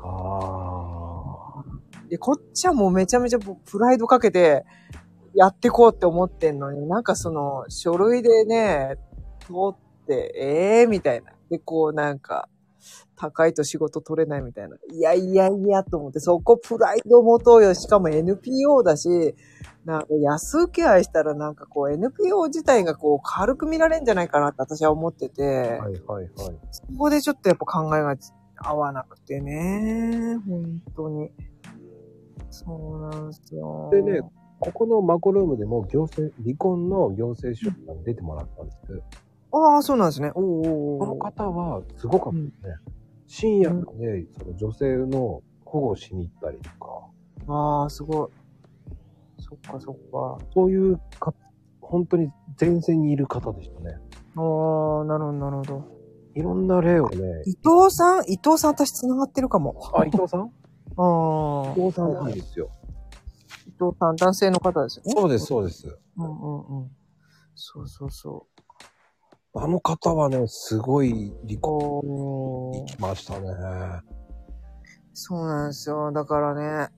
あで、こっちはもうめちゃめちゃプライドかけて、やってこうって思ってんのに、なんかその、書類でね、通って、ええー、みたいな。で、こうなんか、高いと仕事取れないみたいな。いやいやいやと思って、そこプライド持とうよ。しかも NPO だし、なんか安請け合いしたらなんかこう NPO 自体がこう軽く見られんじゃないかなって私は思ってあ、て、はいはいはい。そこでちょっとやっぱ考えが合わなくてね、本当に。そうなんですよ。でねここのマコルームでも行政、離婚の行政出版に出てもらったんですけど、ああ、そうなんですね。おーおーこのおー方はすごかったですね。深夜までその女性の保護をしに行ったりとか、ああ、すごい。そっかそっか。そういうか、本当に前線にいる方でしたね。ああ、なるほど、なるほど。いろんな例をね、伊藤さん、伊藤さん私繋がってるかも。あ、伊藤さんああ。伊藤さんなんですよ。伊藤さん、男性の方ですよね。そうです、そうです。うんうんうん。そうそうそあの方はね、すごい離う。婚お行ーきましたね。そうなんですよ。だからね。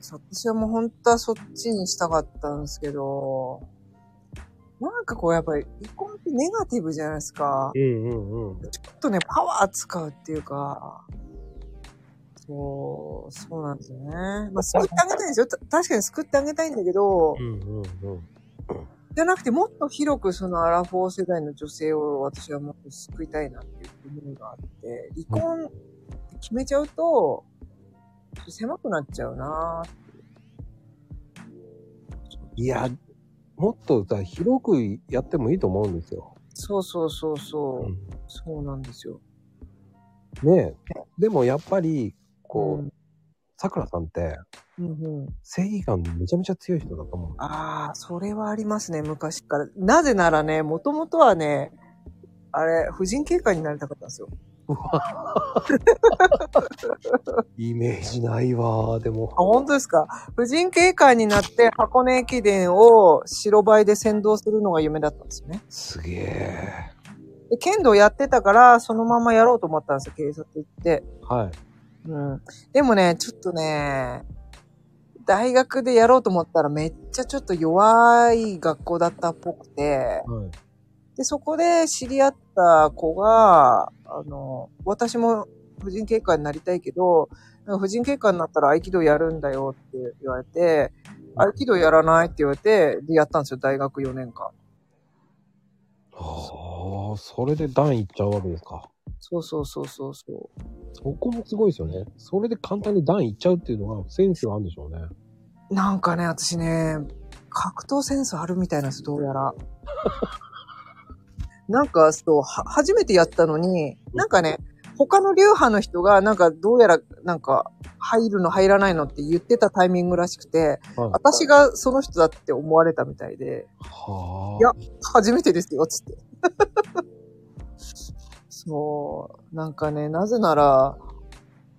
そ私はもう本当はそっちにしたかったんですけど、なんかこうやっぱり離婚ってネガティブじゃないですか。うんうんうん。ちょっとね、パワー使うっていうか、そう、そうなんですよね。まあ、救ってあげたいんですよ。た確かに救ってあげたいんだけどう、んうんうん。じゃなくてもっと広くそのアラフォー世代の女性を私はもっと救いたいなっていう思いがあって、離婚って決めちゃうと、狭くなっちゃうなぁいや、もっとさ広くやってもいいと思うんですよ。そうそうそうそう。うんそうなんですよ。ねえ。でもやっぱり、こう、うさくらさんってうんうん。正義感めちゃめちゃ強い人だと思う。ああ、それはありますね、昔から。なぜならね、もともとはね、あれ、婦人警官になりたかったんですよ。 イメージないわー、であ、も。本当ですか婦人警官になって箱根駅伝を白バイで先導するのが夢だったんですよね。すげえ。で、剣道やってたから、そのままやろうと思ったんですよ、警察行って。はい。うん。でもね、ちょっとね、大学でやろうと思ったらめっちゃちょっと弱い学校だったっぽくて、はい。で、そこで知り合った子が、あの、私も婦人警官になりたいけど、なんか婦人警官になったら合気道やるんだよって言われて、合気道やらないって言われて、で、やったんですよ、大学4年間。ああ、それで段いっちゃうわけですか。そうそうそうそうそう。そこもすごいですよね。それで簡単に段いっちゃうっていうのはセンスがあるんでしょうね。なんかね、私ね、格闘センスあるみたいなんですよ、どうやら。なんか、そう、は、初めてやったのに、なんかね、他の流派の人が、なんか、どうやら、なんか、入るの入らないのって言ってたタイミングらしくて、はい。私がその人だって思われたみたいで、はいや初めてですよ、つって。そう、なんかね、なぜなら、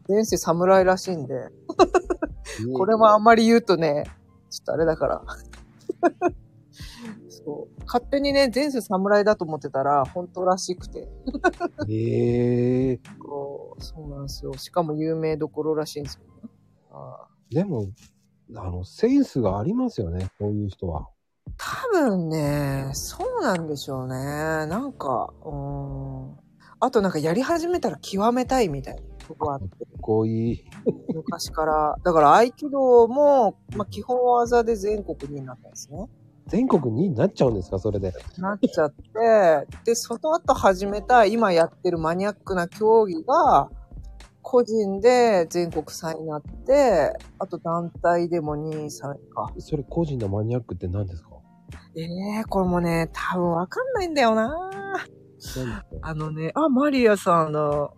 前世侍らしいんで、これはあんまり言うとね、ちょっとあれだから。そう。勝手にね、前世侍だと思ってたら、本当らしくて。ええこうそうなんですよ。しかも有名どころらしいんですよ、ね。あーでも、あの、センスがありますよね、こういう人は。多分ね、そうなんでしょうね。なんか、うーん。あとなんかやり始めたら極めたいみたいなとこあって。 こういい。昔から。だから合気道も、まあ、基本技で全国になったんですね。全国になっちゃうんですか、それで。なっちゃって、で、その後始めた今やってるマニアックな競技が、個人で全国3位になって、あと団体でも2位、3位か。それ個人のマニアックって何ですかええこれもね、多分わかんないんだよな何ですかあのね、あ、マリアさんの、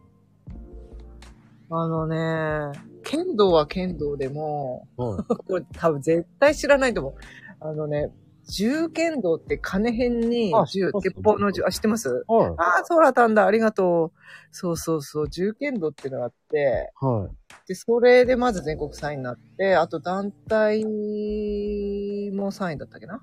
あのね、剣道は剣道でも、はいこれ多分絶対知らないと思う。あのね、銃剣道って金編にあそ銃、うそう鉄砲の銃、あ、知ってます はい。ああ、ソーラタンだ、ありがとう。そうそうそう、銃剣道っていうのがあって、はい。で、それでまず全国3位になって、あと団体も3位だったっけな。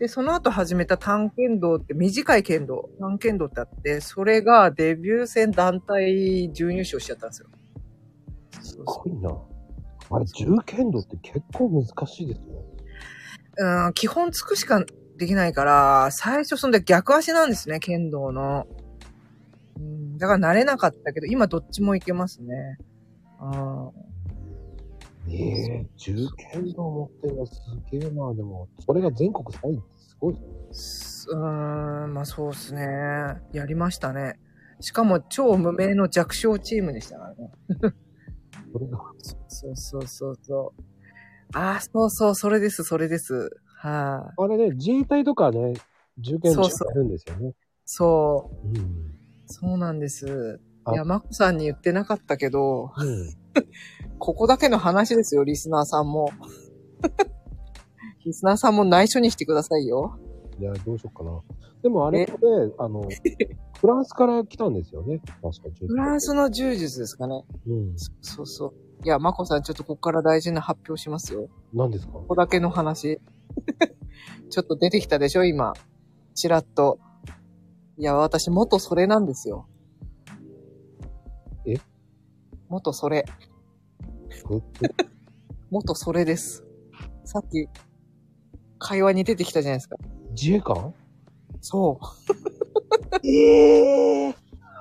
で、その後始めた短剣道って、短い剣道、短剣道ってあって、それがデビュー戦団体準優勝しちゃったんですよ。そうすそごいな。あれ、銃剣道って結構難しいですよ。ううん、基本つくしかできないから、最初そんで逆足なんですね、剣道の。うん、だから慣れなかったけど、今どっちもいけますね。うんええ銃剣道持ってるのすげえな。でも、それが全国3位ってすごいですね。すうーん、まあそうですね。やりましたね。しかも超無名の弱小チームでしたからね。それが、そうそうそうそう。ああ、そうそう、それです、それです。はい、あれね、自衛隊とかね、銃剣道そやうそうるんですよね。そう、うん。そうなんです。あいや、マコさんに言ってなかったけど、うん。ここだけの話ですよ、リスナーさんも。 リスナーさんも内緒にしてくださいよ。いや、どうしようかな。でもあれもね、あ の、フランスから来たんですよね。確か銃剣道フランスの柔術ですかね。うん。そうそう。いや、マコさん、ちょっとここから大事な発表しますよ。何ですかここだけの話。 ちょっと出てきたでしょ、今。ちらっと。いや、私、元それなんですよ。え元それ。ぐ元それです。さっき、会話に出てきたじゃないですか。自衛官そう。ええ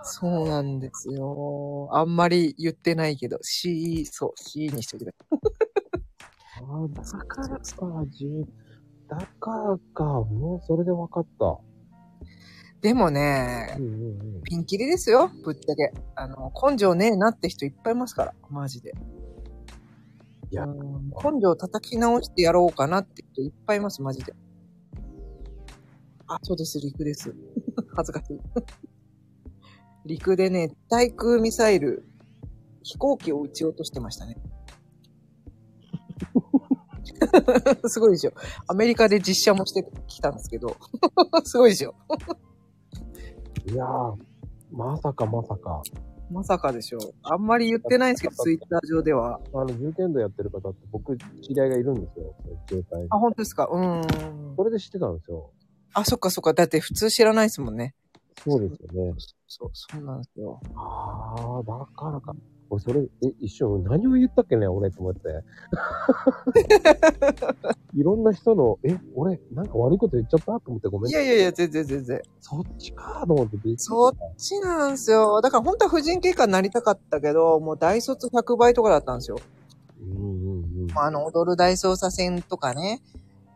そうなんですよ。あんまり言ってないけど、C、そう、C にしておいてください。あだからか、銃、だからか、もうそれで分かった。でもねう、んうんうん。ピンキリですよ、ぶっちゃけ。あの、根性ねえなって人いっぱいいますから、マジで。いやうん根性叩き直してやろうかなって人いっぱいいます、マジで。あ、そうです、陸です。 恥ずかしい。 陸でね、対空ミサイル、飛行機を撃ち落としてましたね。 すごいでしょ。アメリカで実写もしてきたんですけど、 すごいでしょ。いやー、まさかまさか。まさかでしょ。あんまり言ってないんですけど、ツイッター上では。あの、銃剣道やってる方って僕、知り合いがいるんですよ。自衛隊にあ、本当ですか。うーん。それで知ってたんですよ。あ、そっかそっか。だって普通知らないですもんね。そうですよね。そう、そうなんですよ。ああ、だからか。俺、それ、え、一瞬、何を言ったっけね、俺、と思って。いろんな人の、え、俺、なんか悪いこと言っちゃったと思ってごめんいやいやいや、全然全然。そっちかと思ってびっくりしたそっちなんですよ。だから本当は婦人警官になりたかったけど、もう大卒100倍とかだったんですよ。うんうんうん。もうあの、踊る大捜査線とかね。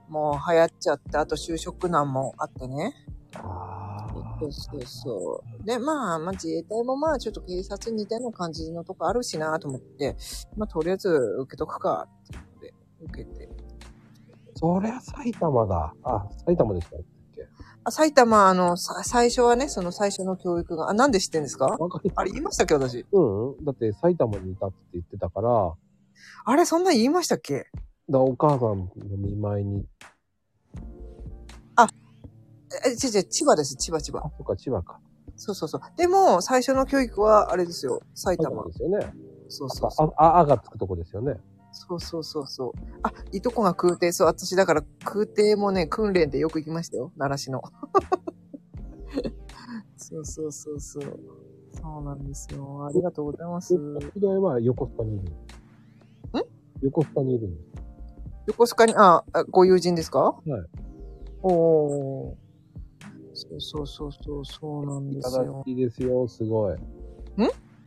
もう流行っちゃって、あと就職難もあってね。あそうそうそう。で、まあ、まあ、自衛隊もまあ、ちょっと警察に似たような感じのとこあるしなと思って、まあ、とりあえず受けとくか、っていうので、受けて。そりゃ埼玉だ。あ、埼玉でしたっけあ、埼玉、あの、さ最初はね、その最初の教育が、あ、なんで知ってんですかわかりあれ言いましたっけ、私。うんうん。だって埼玉にいたって言ってたから、だかあれ、そんなん言いましたっけらお母さんの見舞いに、え、違う違う、千葉です、千葉、千葉あ。、そっか、千葉か。そうそうそう。でも、最初の教育は、あれですよ、埼埼玉玉で。すよね。そうそうそう。あ、あ、あがつくとこですよね。そうそうそうそう。あ、いとこが空挺、そう、私だから空挺もね、訓練でよく行きましたよ、奈良市の。 そうそうそうそう。そうなんですよ。ありがとうございますで。、知り合いは横須賀にいる。ん横須賀にいるんです。。横須賀に、あ、あご友人ですかはいおー。そうそうそうそう、そうなんです正よ。しいですよ、すごい。ん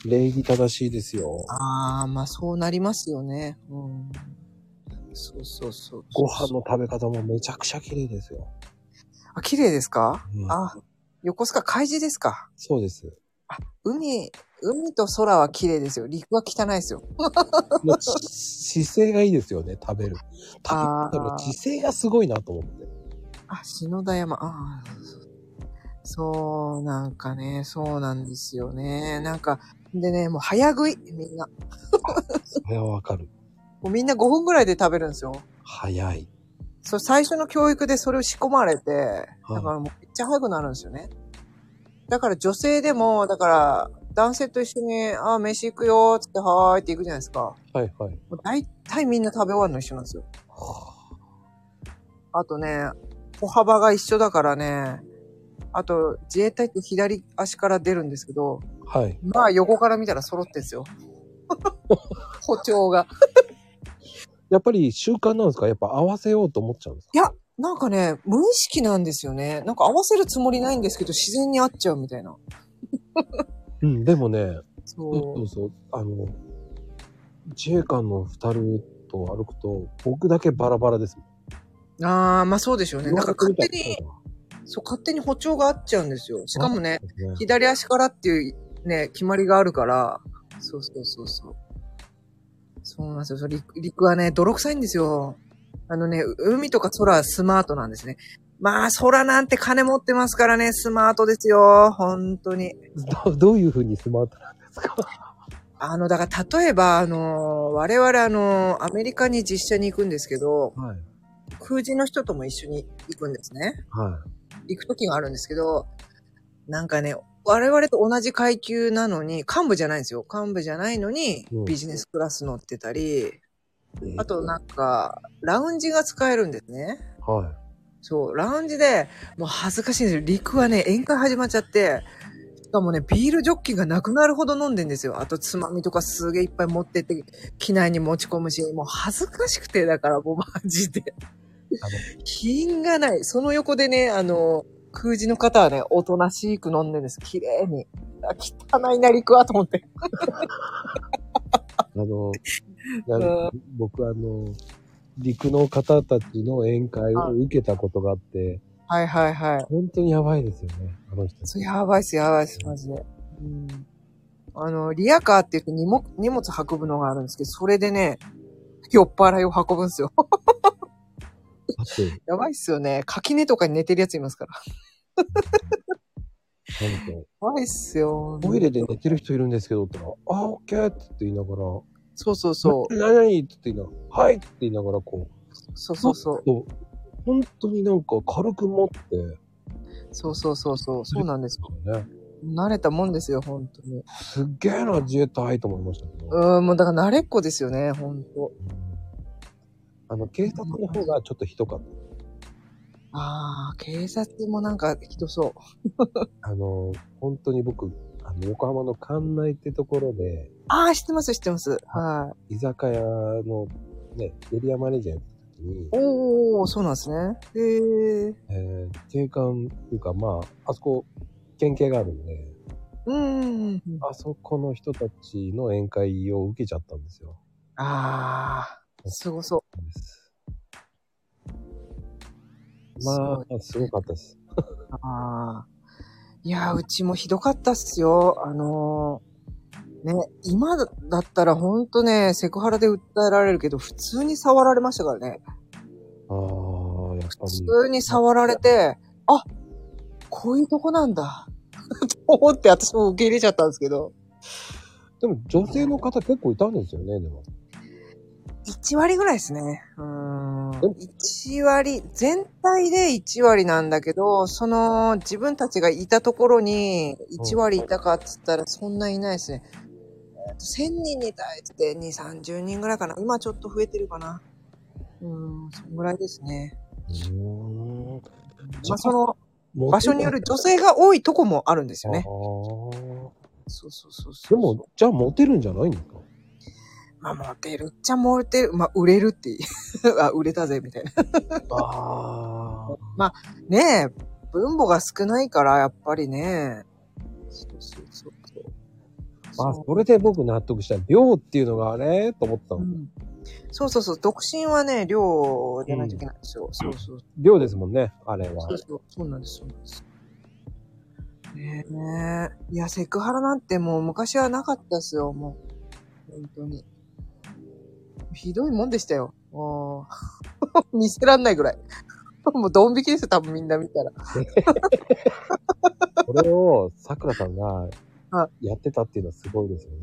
礼儀正しいですよ。あー、まあそうなりますよね。うん。そうそうそう。ご飯の食べ方もめちゃくちゃ綺麗ですよ。あ、綺麗ですか、うんあ、横須賀海事ですかそうです。海、海と空は綺麗ですよ。陸は汚いですよ。もうし 姿勢がいいですよね、食べる。あー食べる姿勢がすごいなと思って。あ、篠田山、ああ、そう、なんかね、そうなんですよね。なんか、でね、もう早食い、みんな。それはわかる。もうみんな5分ぐらいで食べるんですよ。早い。そう、最初の教育でそれを仕込まれて、いだからもうめっちゃ早くなるんですよね。だから女性でも、だから男性と一緒に、ああ、飯行くよーっつって、はーいって行くじゃないですか。はいはい。もう大体みんな食べ終わるの一緒なんですよ。あとね、歩幅が一緒だからね、あと自衛隊って左足から出るんですけど、はい。まあ横から見たら揃ってんですよ。 歩調が。やっぱり習慣なんですかやっぱ合わせようと思っちゃうんですかいやなんかね、無意識なんですよね。なんか合わせるつもりないんですけど、自然に合っちゃうみたいな。うん、でもね、そそうそう、あの、自衛官の二人と歩くと、僕だけバラバラですもん。う。ああ、まあそうでしょうね。なんか勝手に、そうそう、勝手に歩調が合っちゃうんですよ。しかもね、ですね左足からっていうね、決まりがあるから、そうそうそうそう。そうなんですよ。そう陸陸はね、泥臭いんですよ。あのね、う海とか空はスマートなんですね。まあ、空なんて金持ってますからね、スマートですよ。本当に。どどういうふうにスマートなんですかあの、だから例えば、あのー、我々あのー、アメリカに実写に行くんですけど、はい。空人の人とも一緒に行くんですね。は行く時があるんですけど、なんかね、我々と同じ階級なのに、幹部じゃないんですよ。幹部じゃないのにうん、ビジネスクラス乗ってたり、い。あとなんか、ラウンジが使えるんですね。はそう、ラウンジで、もう恥ずかしいんですよ。陸はね、宴会始まっちゃって、しかもね、ビールジョッキがなくなるほど飲んでんですよ。あと、つまみとかすげえいっぱい持ってって、機内に持ち込むし、もう恥ずかしくて、だからもうマジであの。品がない。その横でね、あの、空時の方はね、おとなしく飲んでるんです。綺麗に。あ汚いな、陸は、と思って。い。あ の、なん僕あの、陸の方たちの宴会を受けたことがあって、はいはいはい。本当にやばいですよね、あの人たち。そう、やばいっす、やばいっす、マジで。うん。あの、リアカーって言って荷物荷物運ぶのがあるんですけど、それでね、酔っ払いを運ぶんですよ。 だって、やばいっすよね。垣根とかに寝てるやついますから。なんか、やばいっすよ。トイレで寝てる人いるんですけどって言ったら、あ、オッケーって言いながら、そうそうそう。何々って言いながら、はいって言いながら、こう、そうそうそう。そう。本当になんか軽く持って、そうそうそうそう。そうなんですよ。ね、慣れたもんですよ、本当に。すっげえな自衛隊と思いましたけど、うん、もうだから慣れっこですよね、本当あの、警察の方がちょっとひどかった。ああ、警察もなんかひどそう。あの、本当に僕、あの横浜の館内ってところで、ああ、知ってます、知ってます。はい。居酒屋のね、エリアマネージャーやった時に、おー、そうなんですね。へえ。えー、警官っていうか、まあ、あそこ、県警があるんで、うんうんうん。あそこの人たちの宴会を受けちゃったんですよ。ああ、すごそう。まあ、すごかったです。ああ。いやー、うちもひどかったっすよ。あのーね、今だったらほんとね、セクハラで訴えられるけど、普通に触られましたからね。ああ、やっぱり。普通に触られて、あ、こういうとこなんだ。 と思って私も受け入れちゃったんですけど。でも女性の方結構いたんですよね、でも。 1割ぐらいですね。うーん。でも1割、全体で1割なんだけど、その自分たちがいたところに1割いたかっつったらそんないないですね。えーと1000人に対して2、30人ぐらいかな。今ちょっと増えてるかな。うーん、そんぐらいですね。うん。まあそのの場所による女性が多いとこもあるんですよね。ね。そうそうそうそう。でも、じゃあモテるんじゃないんですかまあ、モテるっちゃモテる。まあ、売れるっていい。 あ、売れたぜ、みたいな。ああ。ねえ、分母が少ないから、やっぱりね。そうそうそうそう。まあ、それで僕納得した。量っていうのがあれと思ったうの。んそうそうそう。独身はね、量じゃないといけないんですよ。そうそう量ですもんね、あれはそう。そう。そうなんです、そうなんです。ねえ。いや、セクハラなんてもう昔はなかったですよ、もう。本当に。ひどいもんでしたよ。もう、 見せらんないぐらい。もうドン引きですよ、多分みんな見たら。それを、桜さんがは、やってたっていうのはすごいですよね。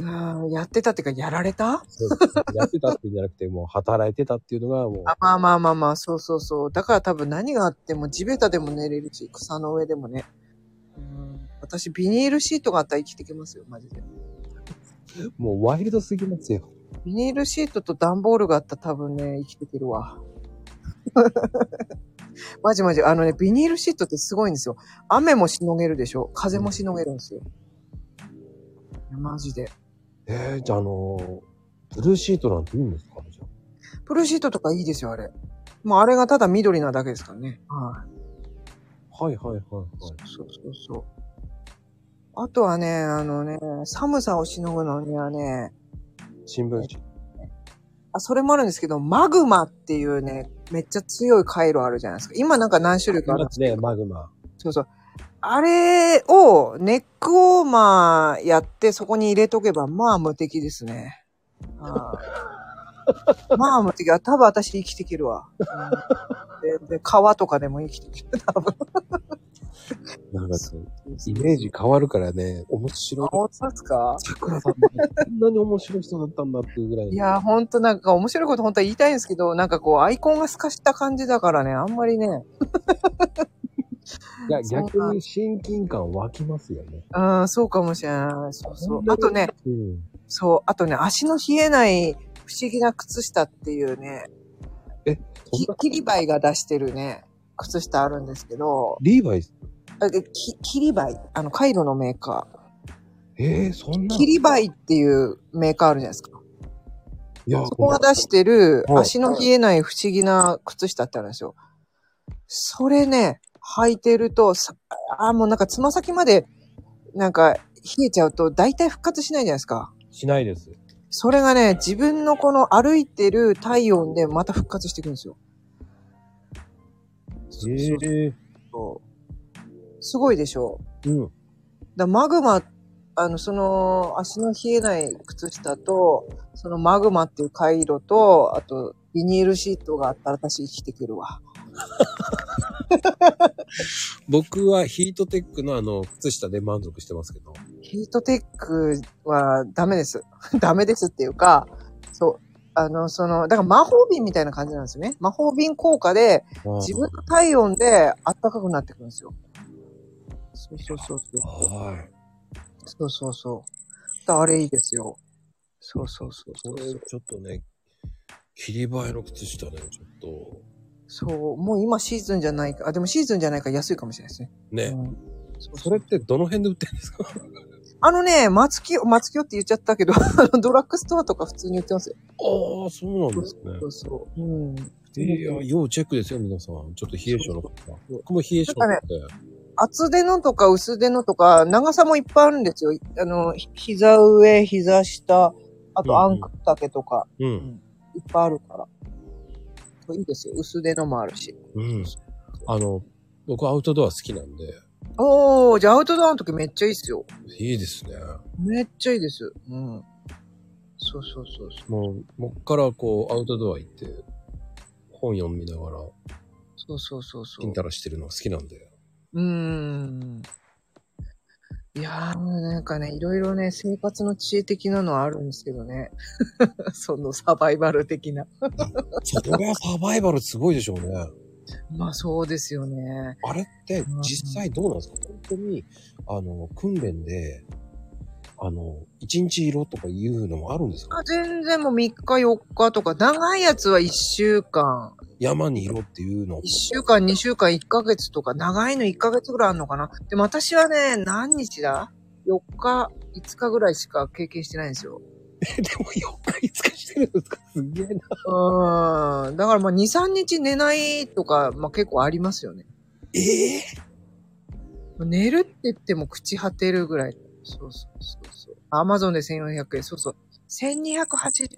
あーやってたっていうか、やられたそうですやってたっていうんじゃなくて、もう働いてたっていうのが、もう、あまあまあまあまあ、そうそうそう。だから多分何があっても地べたでも寝れるし、草の上でもね。うん私、ビニールシートがあったら生きてきますよ、マジで。もうワイルドすぎますよ。ビニールシートと段ボールがあったら多分ね、生きてける わ。マジマジ。あのね、ビニールシートってすごいんですよ。雨もしのげるでしょ風もしのげるんですよ。いやマジで。えー、じゃあ、あのブルーシートなんていいんですかじゃあプルーシートとかいいですよ、あれ。もうあれがただ緑なだけですからね。はい。はいはいはいはい。そうそうそう。あとはね、あのね、寒さをしのぐのにはね、新聞紙。あ、それもあるんですけど、マグマっていうね、めっちゃ強い回路あるじゃないですか。今なんか何種類かあるんまでずすね、マグマ。そうそう。あれをネックウォーマーやってそこに入れとけば、まあ無敵ですね。あ あまあ無敵。あ多分私生きていけるわ。うんでで川とかでも生きていける。多分。なんかそう、イメージ変わるからね、面白い。本当ですか桜さんってこんなに面白い人だったんだっていうぐらい。 いやー、ほんとなんか面白いこと本当は言いたいんですけど、なんかこうアイコンが透かした感じだからね、あんまりね。いや、そんな逆に親近感湧きますよね。うん、そうかもしれない。そうそう。あとね、うん。そう。あとね、足の冷えない不思議な靴下っていうね。えそんきなキリバイが出してるね、靴下あるんですけど、リーバイス。あできキリバイ、あの、カイロのメーカえー、そんー。な。キリバイっていうメーカーあるじゃないですか。いや、そこが出してるはい足の冷えない不思議な靴下ってあるんですよ。それね、履いてると、さあー、もうなんかつま先まで、なんか冷えちゃうと大体復活しないじゃないですか。しないです。それがね、自分のこの歩いてる体温でまた復活していくんですよ。えー、すごいでしょうん。だマグマ、あの、その、足の冷えない靴下と、そのマグマっていう回路と、あと、ビニールシートがあったら私生きてくるわ。僕はヒートテックのあの、靴下で満足してますけど。ヒートテックはダメです。 ダメですっていうか、そう。あの、その、だから魔法瓶みたいな感じなんですよね。魔法瓶効果で、自分の体温で暖かくなってくるんですよ。そうそうそうそう。はい。そうそうそう。だあれいいですよ。そうそうそうそこうれ、ちょっとね、切り映えの靴下ね、ちょそう、もう今シーズンじゃないか。あ、でもシーズンじゃないから安いかもしれないですね。っと。ね。うんそうそれってどの辺で売ってるんですかあのね、松木、松木って言っちゃったけど、あのドラッグストアとか普通に売ってますよ。ああ、そうなんですねそ。うそう。うん。いや、要チェックですよ、皆さん。ちょっと冷え性の方。僕も冷え性なんなかんで。厚手のとか薄手のとか、長さもいっぱいあるんですよ。あの、ひ膝上、膝下、あうんうとんアンク丈とか、うん。いっぱいあるから。これいいですよ。薄手のもあるし。うん。あの、僕アウトドア好きなんで、おー、じゃあアウトドアの時めっちゃいいっすよ。いいですね。めっちゃいいです。うん。そうそうそうそう。もう、もっからこう、アウトドア行って、本読みながら、そうそうそうそイうン。タラしてるのが好きなんで。うーん。いやー、なんかね、いろいろね、生活の知恵的なのはあるんですけどね。 そのサバイバル的な。そこがサバイバルすごいでしょうね。まあそうですよね。あれって実際どうなんですか本当に、あの、訓練で、あの、一日色とかいうのもあるんですかあ全然もう3日4日とか、長いやつは1週間、山に色っていうの1。週間、2週間、1ヶ月とか、長いの1ヶ月ぐらいあるのかな。でも私はね、何日だ ?4 日、5日ぐらいしか経験してないんですよ。え、でも4日5日してるんですかすげえな。うん。だからまあ2、3日寝ないとか、まあ結構ありますよね。ええ寝るって言っても朽ち果てるぐらい。そうそうそうそう。アマゾンで1400円。そうそう。1280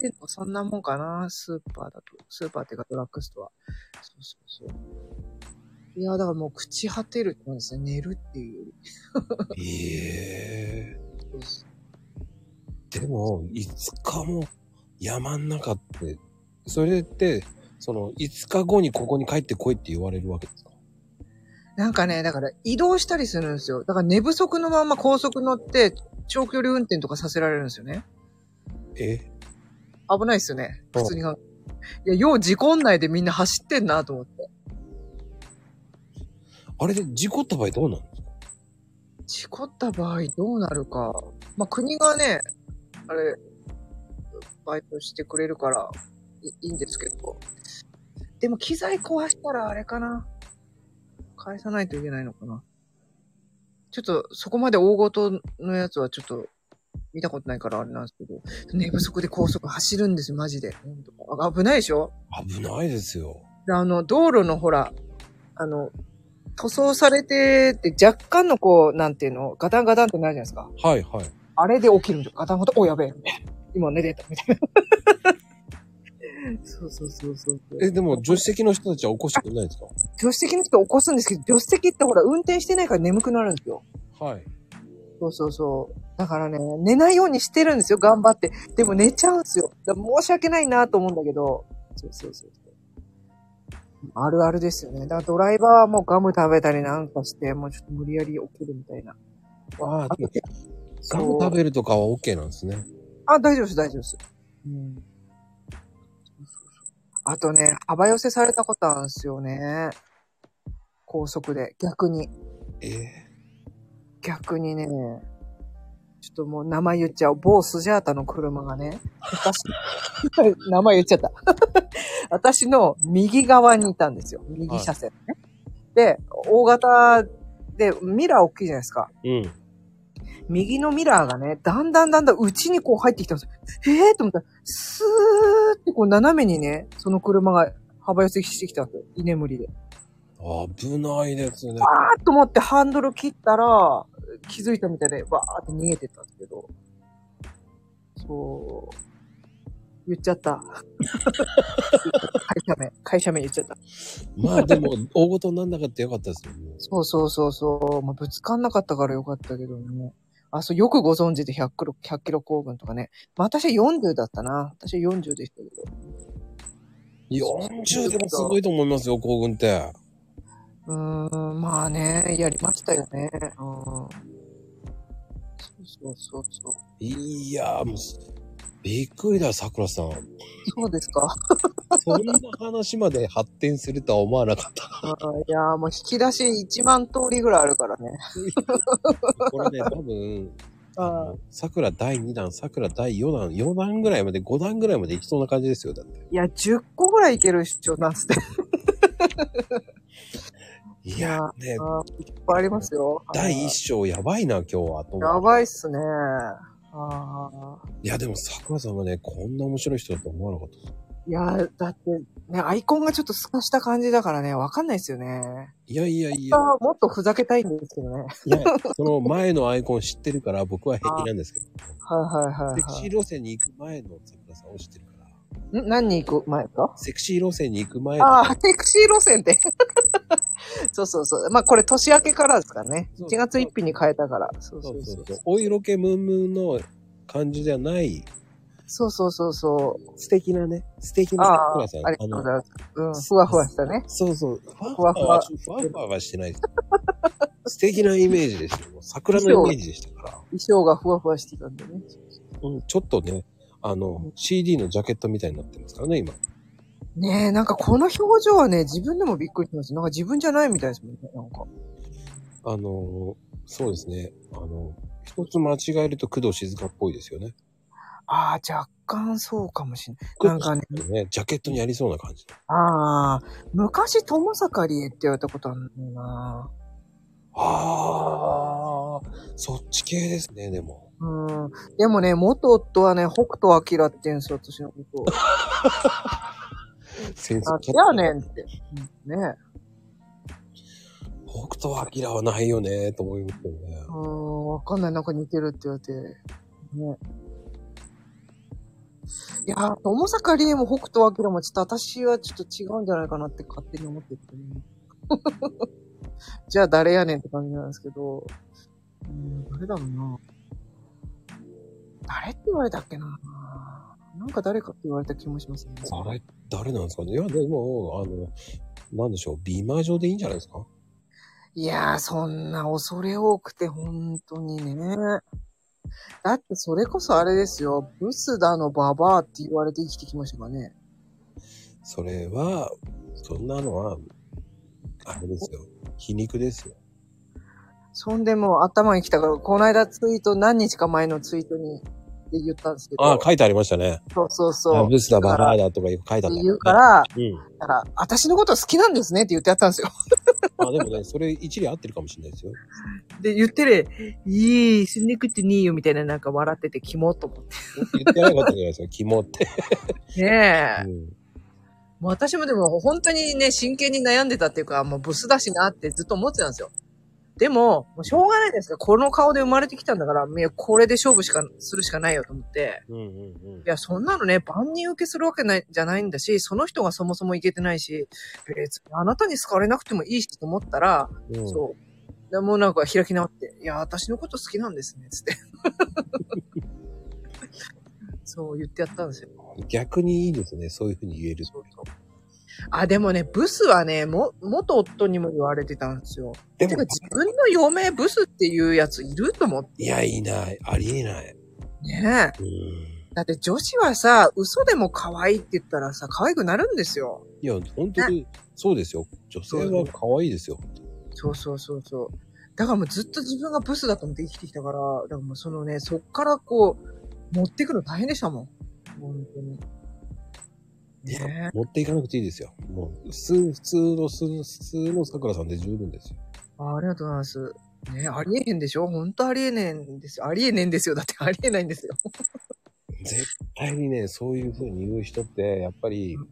円とかそんなもんかな。スーパーだと。スーパーっていうかドラッグストア。そうそうそう。いや、だからもう朽ち果てるってことですね。寝るっていうより。えそうそうえでも、5日も山ん中って、それって、その、5日後にここに帰ってこいって言われるわけですかなんかね、だから移動したりするんですよ。だから寝不足のまま高速乗って、長距離運転とかさせられるんですよね。え危ないですよね。うん普通に考え。いや、よう事故んないでみんな走ってんなと思って。あれで事故った場合どうなの事故った場合どうなるか。まあ、国がね、あれ、バイトしてくれるからいいいんですけど。でも機材壊したらあれかな。返さないといけないのかな。ちょっとそこまで大ごとのやつはちょっと見たことないからあれなんですけど、寝不足で高速走るんですよ、マジで。ほんとあ危ないでしょ危ないですよ。であの、道路のほら、あの、塗装されてって若干のこう、なんていうの、ガタンガタンってなるじゃないですか。はいはい。あれで起きるんですよ。ガタンガタン、お、やべえ。今寝てた、みたいな。そうそうそうそう。え、でも助手席の人たちは起こしてくれないんです助手席の人起こすんですけど、助手席ってほら、運転してないから眠くなるんですよ。かはい。そうそうそう。だからね、寝ないようにしてるんですよ、頑張って。でも寝ちゃうんですよ。だから申し訳ないなと思うんだけど。そうそうそう。あるあるですよね。だからドライバーはもうガム食べたりなんかして、もうちょっと無理やり起きるみたいな。ああ、でもガムそう食べるとかは OK なんですね。あ、大丈夫です、大丈夫です。うん。あとね、幅寄せされたことあるんですよね。高速で。逆に。え逆にね、ちょっともう名前言っちゃおう。某スジャータの車がね、私、 名前言っちゃった。 私の右側にいたんですよ。右車線ね。で、大型で、ミラー大きいじゃないですか。ー、うん。右のミラーがね、だんだんだんだん内にこう入ってきたんですよ。えーと思ったら、スーってこう斜めにね、その車が幅寄せしてきたんですよ。居眠りで。危ないですね。あーっと思ってハンドル切ったら、気づいたみたいで、わーって逃げてったんですけど。そう。言っちゃった。会社名、会社名言っちゃった。まあでも、大ごとになんなかったよかったですよね。そうそうそうそう。まあ、ぶつかんなかったからよかったけどね。あ、そう、よくご存知で100キロ、100キロ行軍とかね。まあ、私は40だったな。私は40でしたけど。 40でもすごいと思いますよ、行軍って。うーん、まあね、やりましたよね。うん。そうそうそうそう。いやー、もう、びっくりだ、桜さん。そうですか。そんな話まで発展するとは思わなかった。あーいやーもう引き出し1万通りぐらいあるからね。 これね、多分、あの桜第2弾、桜第4弾、4弾ぐらいまで、5弾ぐらいまでいきそうな感じですよ、だって。いや、10個ぐらいいけるっしょ、なんつって。いやいやーね、あーいっぱいありますよ。第1章やばいな、今日は、とあー思やう。ばいっすね。ああ。いや、でも桜さんはね、こんな面白い人だと思わなかった。いやー、だって、ね、アイコンがちょっと透かした感じだからね、わかんないですよね。いやいやいやあ、ーもっとふざけたいんですけどね。いや、その前のアイコン知ってるから、僕は平気なんですけど。はいはいはい、セクシーは路線に行く前の桜さんを知ってるから。い。ん何に行く前かセクシー路線に行く前のああ、セクシー路線で。 そうそうそう。まあこれ年明けからですからね。そう1月1日に変えたから。そうそそううそそううそう。お色気ムンムンの感じじゃない、そうそうそうそう。素敵なね、素敵なあ桜あさん。ー、ありがとうごのざいます。うん、ふわふわしたね。そうそう。ふわふわふわはふわふわはしてないです。素敵なイメージでしたよ。桜のイメージでしたから。衣装がふわふわしてたんでね。うん、ちょっとね、あの、CD のジャケットみたいになってますからね、今。ねえ、なんかこの表情はね、自分でもびっくりします。なんか自分じゃないみたいですもんね、なんか。あの、そうですね。あの、一つ間違えると工藤静香っぽいですよね。ああ、若干そうかもしれない。なんかね、ね、ジャケットにありそうな感じ。ああ、昔、友坂理恵って言われたことあるんだよな。ああ、そっち系ですね、でも。うん。でもね、元夫はね、北斗晶って言うんですよ、私の ことを。センスあ、じゃあねんって。うんね。北斗晶はないよね、と思いますよね。うん、わかんない。なんか似てるって言われて。ね。いやー、友坂理恵も北斗晶もちょっと私はちょっと違うんじゃないかなって勝手に思ってて、ね。 じゃあ誰やねんって感じなんですけど。うん、誰だろうな。誰って言われたっけな。なんか誰かって言われた気もしますね。あれ、誰なんですかねいや、でも、あの、なんでしょう、美魔女でいいんじゃないですかいやー、そんな恐れ多くて、本当にね。だってそれこそあれですよ。ブスだのババアって言われて生きてきましたからね。それは、そんなのは、あれですよ。皮肉ですよ。そんでもう頭にきたから、この間ツイート、何日か前のツイートにで言ったんですけど。ああ、書いてありましたね。そうそうそあう。ブスだ、バラーだとか書いてあったっね。て言うから、うん。だから、私のこと好きなんですねって言ってやったんですよ。まあでもね、それ一理合ってるかもしれないですよ。で、言ってる、いい、死んでくってねえよみたいななんか笑ってて、キモっと思っ言ってなかったじゃないですか、肝って。て。ねえ。うんもう私もでも本当にね、真剣に悩んでたっていうか、もうブスだしなってずっと思ってたんですよ。でも、もうしょうがないですから、この顔で生まれてきたんだから、いや、これで勝負しか、するしかないよと思って。うんうんうんい。や、そんなのね、万人受けするわけない、じゃないんだし、その人がそもそもいけてないし、別にあなたに好かれなくてもいいしと思ったら、うんそう。でもうなんか開き直って、いや、私のこと好きなんですね、つって。 そう言ってやったんですよ。逆にいいですね、そういうふうに言える。あ、でもね、ブスはね、も、元夫にも言われてたんですよ。でてもか、自分の嫁ブスっていうやついると思っていや、いない。ありえない。ね。うん。だって女子はさ、嘘でも可愛いって言ったらさ、可愛くなるんですよ。いや、本当に、そうですよ。女性は可愛いですよ。そうそうそうそう。だからもうずっと自分がブスだと思って生きてきたから、だからもうそのね、そっからこう、持ってくの大変でしたもん。本当に。ね持っていかなくていいですよ。もう、普通、普通の、普通の桜さんで十分ですよ。あありがとうございます。ねありえへんでしょ本当ありえねえんですよ。ありえねえんですよ。だってありえないんですよ。絶対にね、そういうふうに言う人って、やっぱりうん。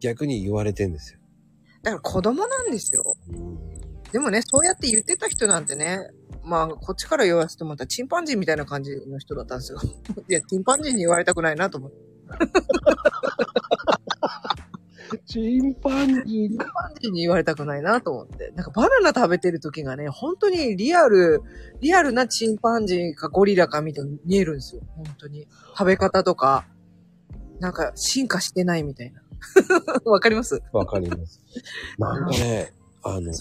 逆に言われてんですよ。だから子供なんですよ。うん。でもね、そうやって言ってた人なんてね、まあ、こっちから言わせてもらったら、チンパンジーみたいな感じの人だったんですよ。 いや、チンパンジーに言われたくないなと思って。チンパンジーチンパンジーに言われたくないなと思って。なんかバナナ食べてる時がね、本当にリアル、リアルなチンパンジーかゴリラかみたいに見えるんですよ。本当に。食べ方とか、なんか進化してないみたいな。 わかりますわかり ます。なんかね、あの、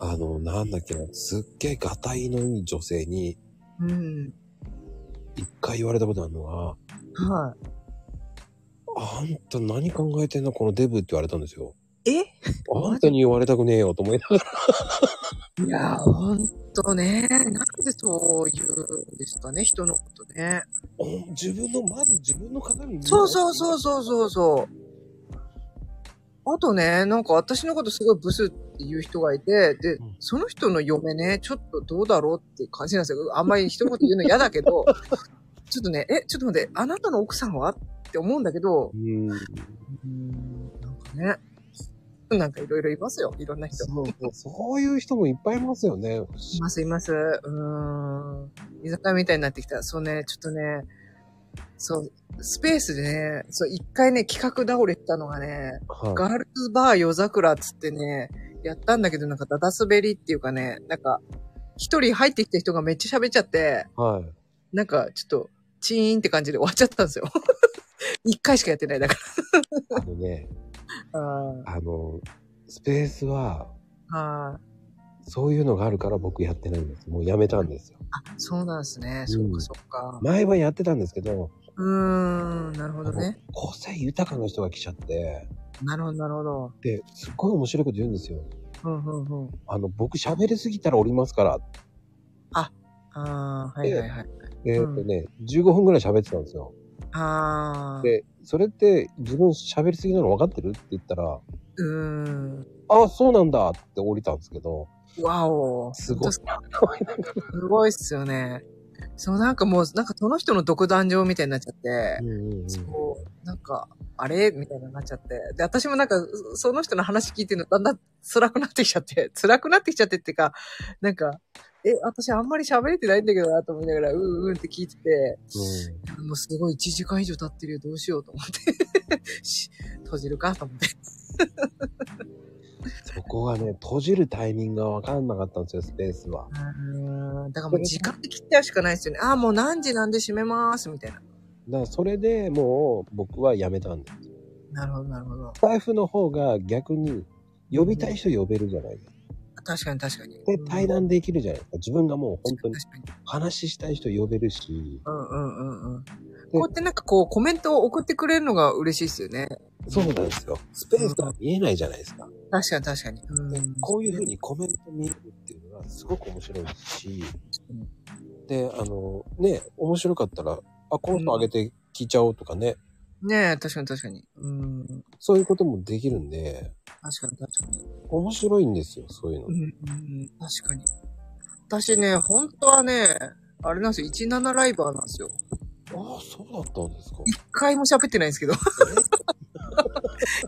あの、なんだっけな、すっげえがたいのいい女性に、うん。一回言われたことあるのは、はあんた何考えてんのこのデブって言われたんですよ。い。えあんたに言われたくねえよと思いながら。いやー、ほんとね。なんでそう言うんですかね、人のことね。お自分の、まず自分の鏡に。。そうそうそううそうそうそう。あとね、なんか私のことすごいブスっていう人がいて、でうん、その人の嫁ね、ちょっとどうだろうって感じなんですよ。あんまり一言言うの嫌だけ ど、ちょっとね、え、ちょっと待って、あなたの奥さんはって思うんだけど、うん。うん、なんかね、なんかいろいろいますよ、いろんな人。そうそうそういう人もいっぱいいますよね。います、います。うーん。居酒屋みたいになってきた。そうね、ちょっとね、そう、スペースでね、そう、一回ね、企画倒れたのがね、はガールズバー夜桜っつってね、やったんだけど、なんかダダ滑りっていうかね、なんか、一人入ってきた人がめっちゃ喋っちゃって、い。はい。なんか、ちょっと、チーンって感じで 終わっちゃったんですよ。一回しかやってない、だかあのね、ら。ああの、スペースは、ーあー、そういうのがあるから僕やってないんです。もうやめたんですよ。そうなんですね。うそっんかそっか。前はやってたんですけど、うーん、なるほどね。個性豊かな人が来ちゃって、なるほど、なるほど。で、すっごい面白いこと言うんですよ。うん、うん、うん。あの、僕喋りすぎたら降りますから。ああ、はいはいはい。えうんっとね、15分ぐらい喋ってたんですよ。ああ、で、それって自分喋りすぎなの分かってるって言ったら、うーん。あ、そうなんだって降りたんですけど、わお。すごい。すごいっすよね。そう、なんかもう、なんかその人の独壇場みたいになっちゃって、うんうんうんそう、なんか、あれみたいになっちゃって。で、私もなんか、その人の話聞いてるのだんだん辛くなってきちゃって、辛くなってきちゃってっていうか、なんか、え、私あんまり喋れてないんだけどなと思いながら、うんうんって聞いてて、もうすごい1時間以上経ってるよ、どうしようと思って。 し閉じるかと思って。そこがね、閉じるタイミングが分かんなかったんですよ、スペースは。うーんだからもう時間で切っちゃうしかないですよね。ああ、もう何時なんで閉めます、みたいな。だからそれでもう僕はやめたんです。なるほど、なるほど。スタイフの方が逆に呼びたい人呼べるじゃないですか。確かに確かに。で、対談できるじゃないですか。自分がもう本当に確かに。話したい人呼べるし。うんうんうんうん。こうやってなんかこうコメントを送ってくれるのが嬉しいですよね。そうなんですよ。スペースが見えないじゃないですか。確かに確かに。うでん。こういうふうにコメント見えるっていうのがすごく面白いし、で、あの、ね、面白かったら、あ、この人あげて聞いちゃおうとかね、ねえ、確かに確かに。うん。そういうこともできるんで、確かに確かに。面白いんですよ、そういうのう。んうんうん。確かに。私ね、本当はね、あれなんですよ、17ライバーなんですよ。ああ、そうだったんですか。一回も喋ってないんですけど。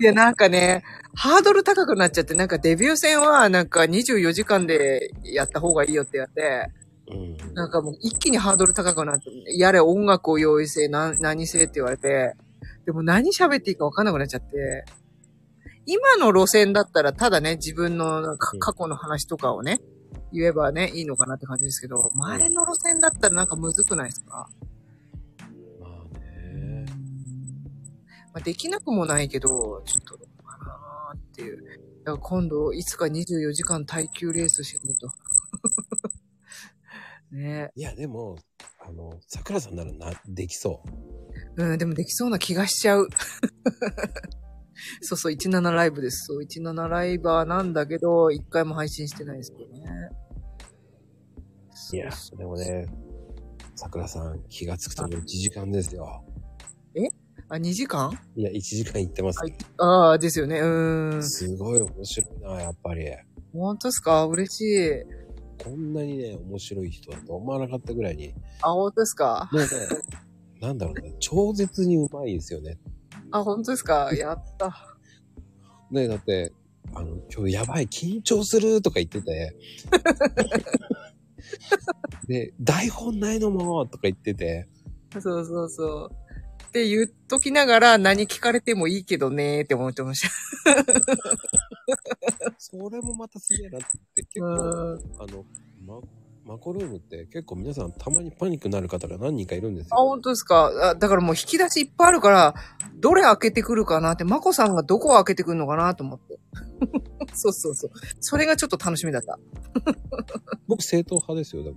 いや、なんかね、ハードル高くなっちゃって、なんかデビュー戦はなんか24時間でやった方がいいよってやって、うん。なんかもう一気にハードル高くなって、やれ音楽を用意せ、な何せって言われて、でも何喋っていいかわかんなくなっちゃって、今の路線だったらただね、自分のなんかうん過去の話とかをね、言えばね、いいのかなって感じですけど、前の路線だったらなんかむずくないですか、まあうんね。まあ、できなくもないけど、ちょっとどうかなーっていう。だから今度、いつか24時間耐久レースしてみると。 ねいや、でも、あの、桜さんならな、できそう。うん、でもできそうな気がしちゃう。 そうそう、17ライブです。そう、17ライバーなんだけど、一回も配信してないですよね。そうそうでもね、桜さん、気がつくともう1時間ですよ。あ、2時間いや、1時間いってます。はいああ、ですよね。うーん。すごい面白いな、やっぱり。本当ですか嬉しい。こんなにね、面白い人だと思わなかったぐらいに、あ、本当ですかもうね、なんだろうね、超絶にうまいですよね。あ、本当ですかやった。ね、だって、あの、今日やばい、緊張するとか言ってて、 で、台本ないのもとか言ってて、そうそうそう。って言っときながら何聞かれてもいいけどねーって思ってました。それもまたすげえなって、結う構、んあの、ま、マコルームって結構皆さんたまにパニックになる方が何人かいるんですあ、よ。本当ですかあだからもう引き出しいっぱいあるから、どれ開けてくるかなって、まこさんがどこを開けてくるのかなと思って。 そうそうそう。それがちょっと楽しみだった。僕正統派ですよ、でも。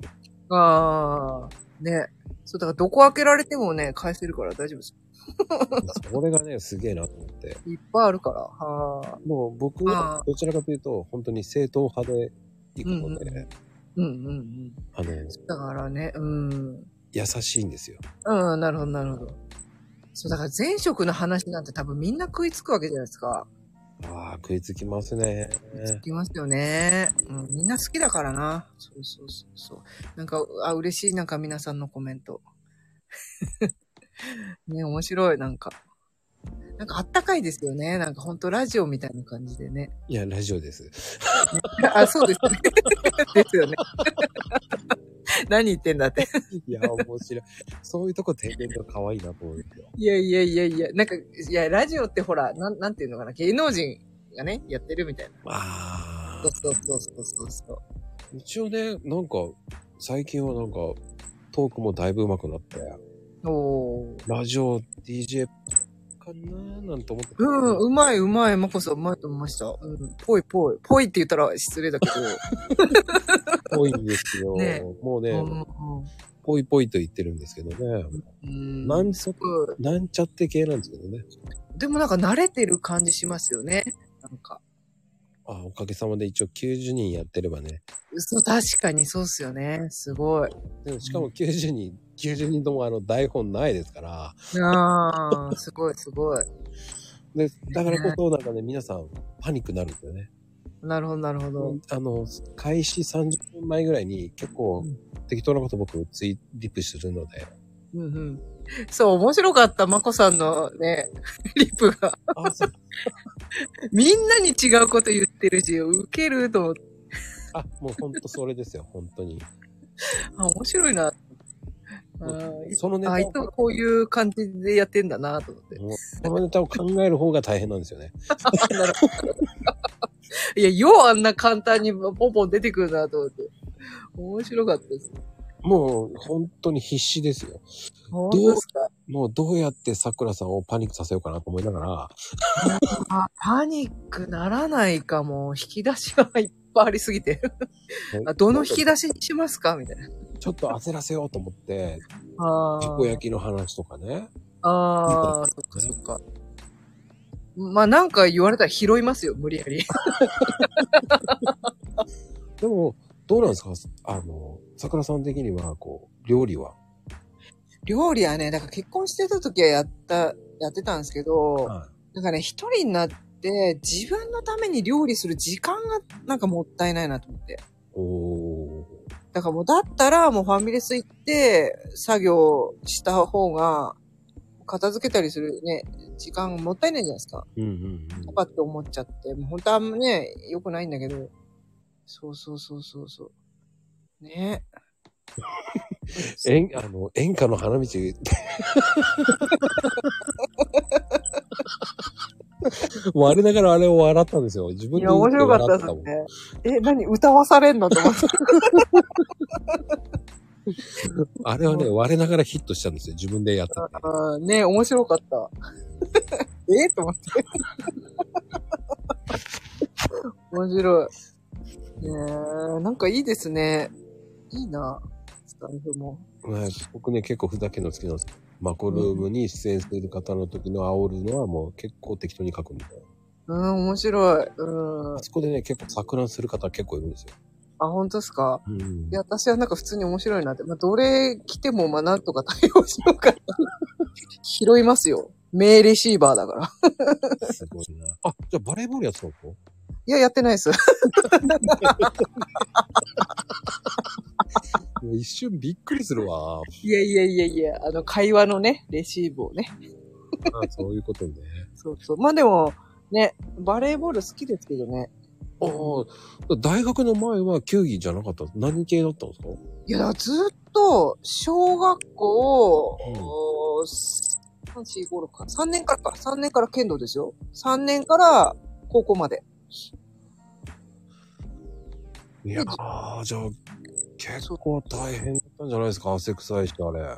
あー、ね。そう、だからどこ開けられてもね、返せるから大丈夫です。それがね、すげえなと思って。いっぱいあるから。はもう僕はどちらかというと、本当に正統派で行くので、うんー。うんうんうん。あの、だからね、うん。優しいんですよ。うん、なるほど、なるほど。そう、だから前職の話なんて多分みんな食いつくわけじゃないですか。ああ、食いつきますね。つきますよね。うん、みんな好きだからな。そうそうそうそう。なんか、あ、嬉しい、なんか皆さんのコメント。 ね、面白い、なんか。なんかあったかいですよね。なんかほんとラジオみたいな感じでね。 いや、ラジオです。 あ、そうですよね。ですよね。 何言ってんだって。 いや、面白い。そういうとこ天然が可愛いなと思うんですよ。いやいやいやいや、なんか、いや、ラジオってほら、なん、なんていうのかな、芸能人がね、やってるみたいな。あそうそうそうそうそうそ一応ね、なんか、最近はなんか、トークもだいぶ上手くなって、う。おー。ラジオ、DJ かなーなんて思ってたうん、うまいうまい、まこさんうまいと思いました。うん、ぽいぽい。ぽいって言ったら失礼だけぽいんですよ。ねもうね、ど。うんぽいぽいと言ってるんですけどね。うんなうんんそ、うなんちゃって系なんですけどね。んでもなんか慣れてる感じしますよね。なんか。あ、おかげさまで一応90人やってればね。そう、確かにそうっすよね。すごい。でもしかも90人、90人ともあの台本ないですから。ああ、すごいすごい。で、だからこそなんかね、皆さんパニックになるんですよね。なるほど、なるほど。あの、開始30分前ぐらいに結構うん適当なこと僕ツイリプするの で。うんうん。そう、面白かった、まこさんのね、 リプが。あ、そう。みんなに違うこと言ってるし、ウケると思って、あ、もうほんとそれですよ、本当に。あ、面白いな。あーそのネタあ、いをつ、もこういう感じでやってんだなと 思って。もうそのネタを考える方が大変なんですよね。あなるほ ど。いや、ようあんな簡単にポンポン出てくるなと思って。面白かったです。もう本当に必死ですよ。本当当っですすかもうどうやって桜さんをパニックさせようかなと思いながら、あ、パニックならないかも。引き出しが入っぱいありす ぎて。あどの引き出しにしますかみたいな。ちょっと焦らせようと思って、あたこ焼きの話とかね。ああ、そっかそっか。まあなんか言われたら拾いますよ、無理やり。でも、どうなんですかあの、桜さん的には、こう、料理は。料理はね、だから結婚してた時はやった、やってたんですけど、はなんかね、一人になって自分のために料理する時間がなんかもったいないなと思って。い。おー。だからもう、だったらもうファミレス行って、作業した方が、片付けたりするね、時間もったいないじゃないですか。うんうんとかって思っちゃって、もう本当はあんまね、良くないんだけど。そうそうそうそうそう。ね。うん。演、あの、演歌の花 道。我ながらあれを笑ったんですよ。自分いでや、言て面白かった笑ですもんね。え、何歌わされんのと思って。あれはね、我ながらヒットしたんですよ。自分でやったんで。あーね面白かった。 えと思って。 面白い。ねえ、なんかいいですね。いいな。スタイフも。まあ僕ね、結構ふざけるの好きなんですマコルームに出演する方の時の煽るのはもう結構適当に書くみたいな。うん、面白い。うん。あそこでね、結構錯乱する方結構いるんですよ。あ、本当ですかうんいや、私はなんか普通に面白いなって。まあ、どれ来ても、まあ、なんとか対応しようかな。 拾いますよ。名レシーバーだから。すごいな。あ、じゃあバレーボールやってたのいや、やってないです。 もう一瞬びっくりするわ。いやいやいやいや、あの、会話のね、レシーブをね。あそういうことね。そうそう。まあでも、ね、バレーボール好きですけどね。ああ、大学の前は球技じゃなかった何系だったんですかいや、ずっと、小学校、おー3、4、5、6か。3年からか。3年から剣道ですよ。3年から高校まで。いやー、じゃあ、結構大変だったんじゃないですか汗臭いし、あれ。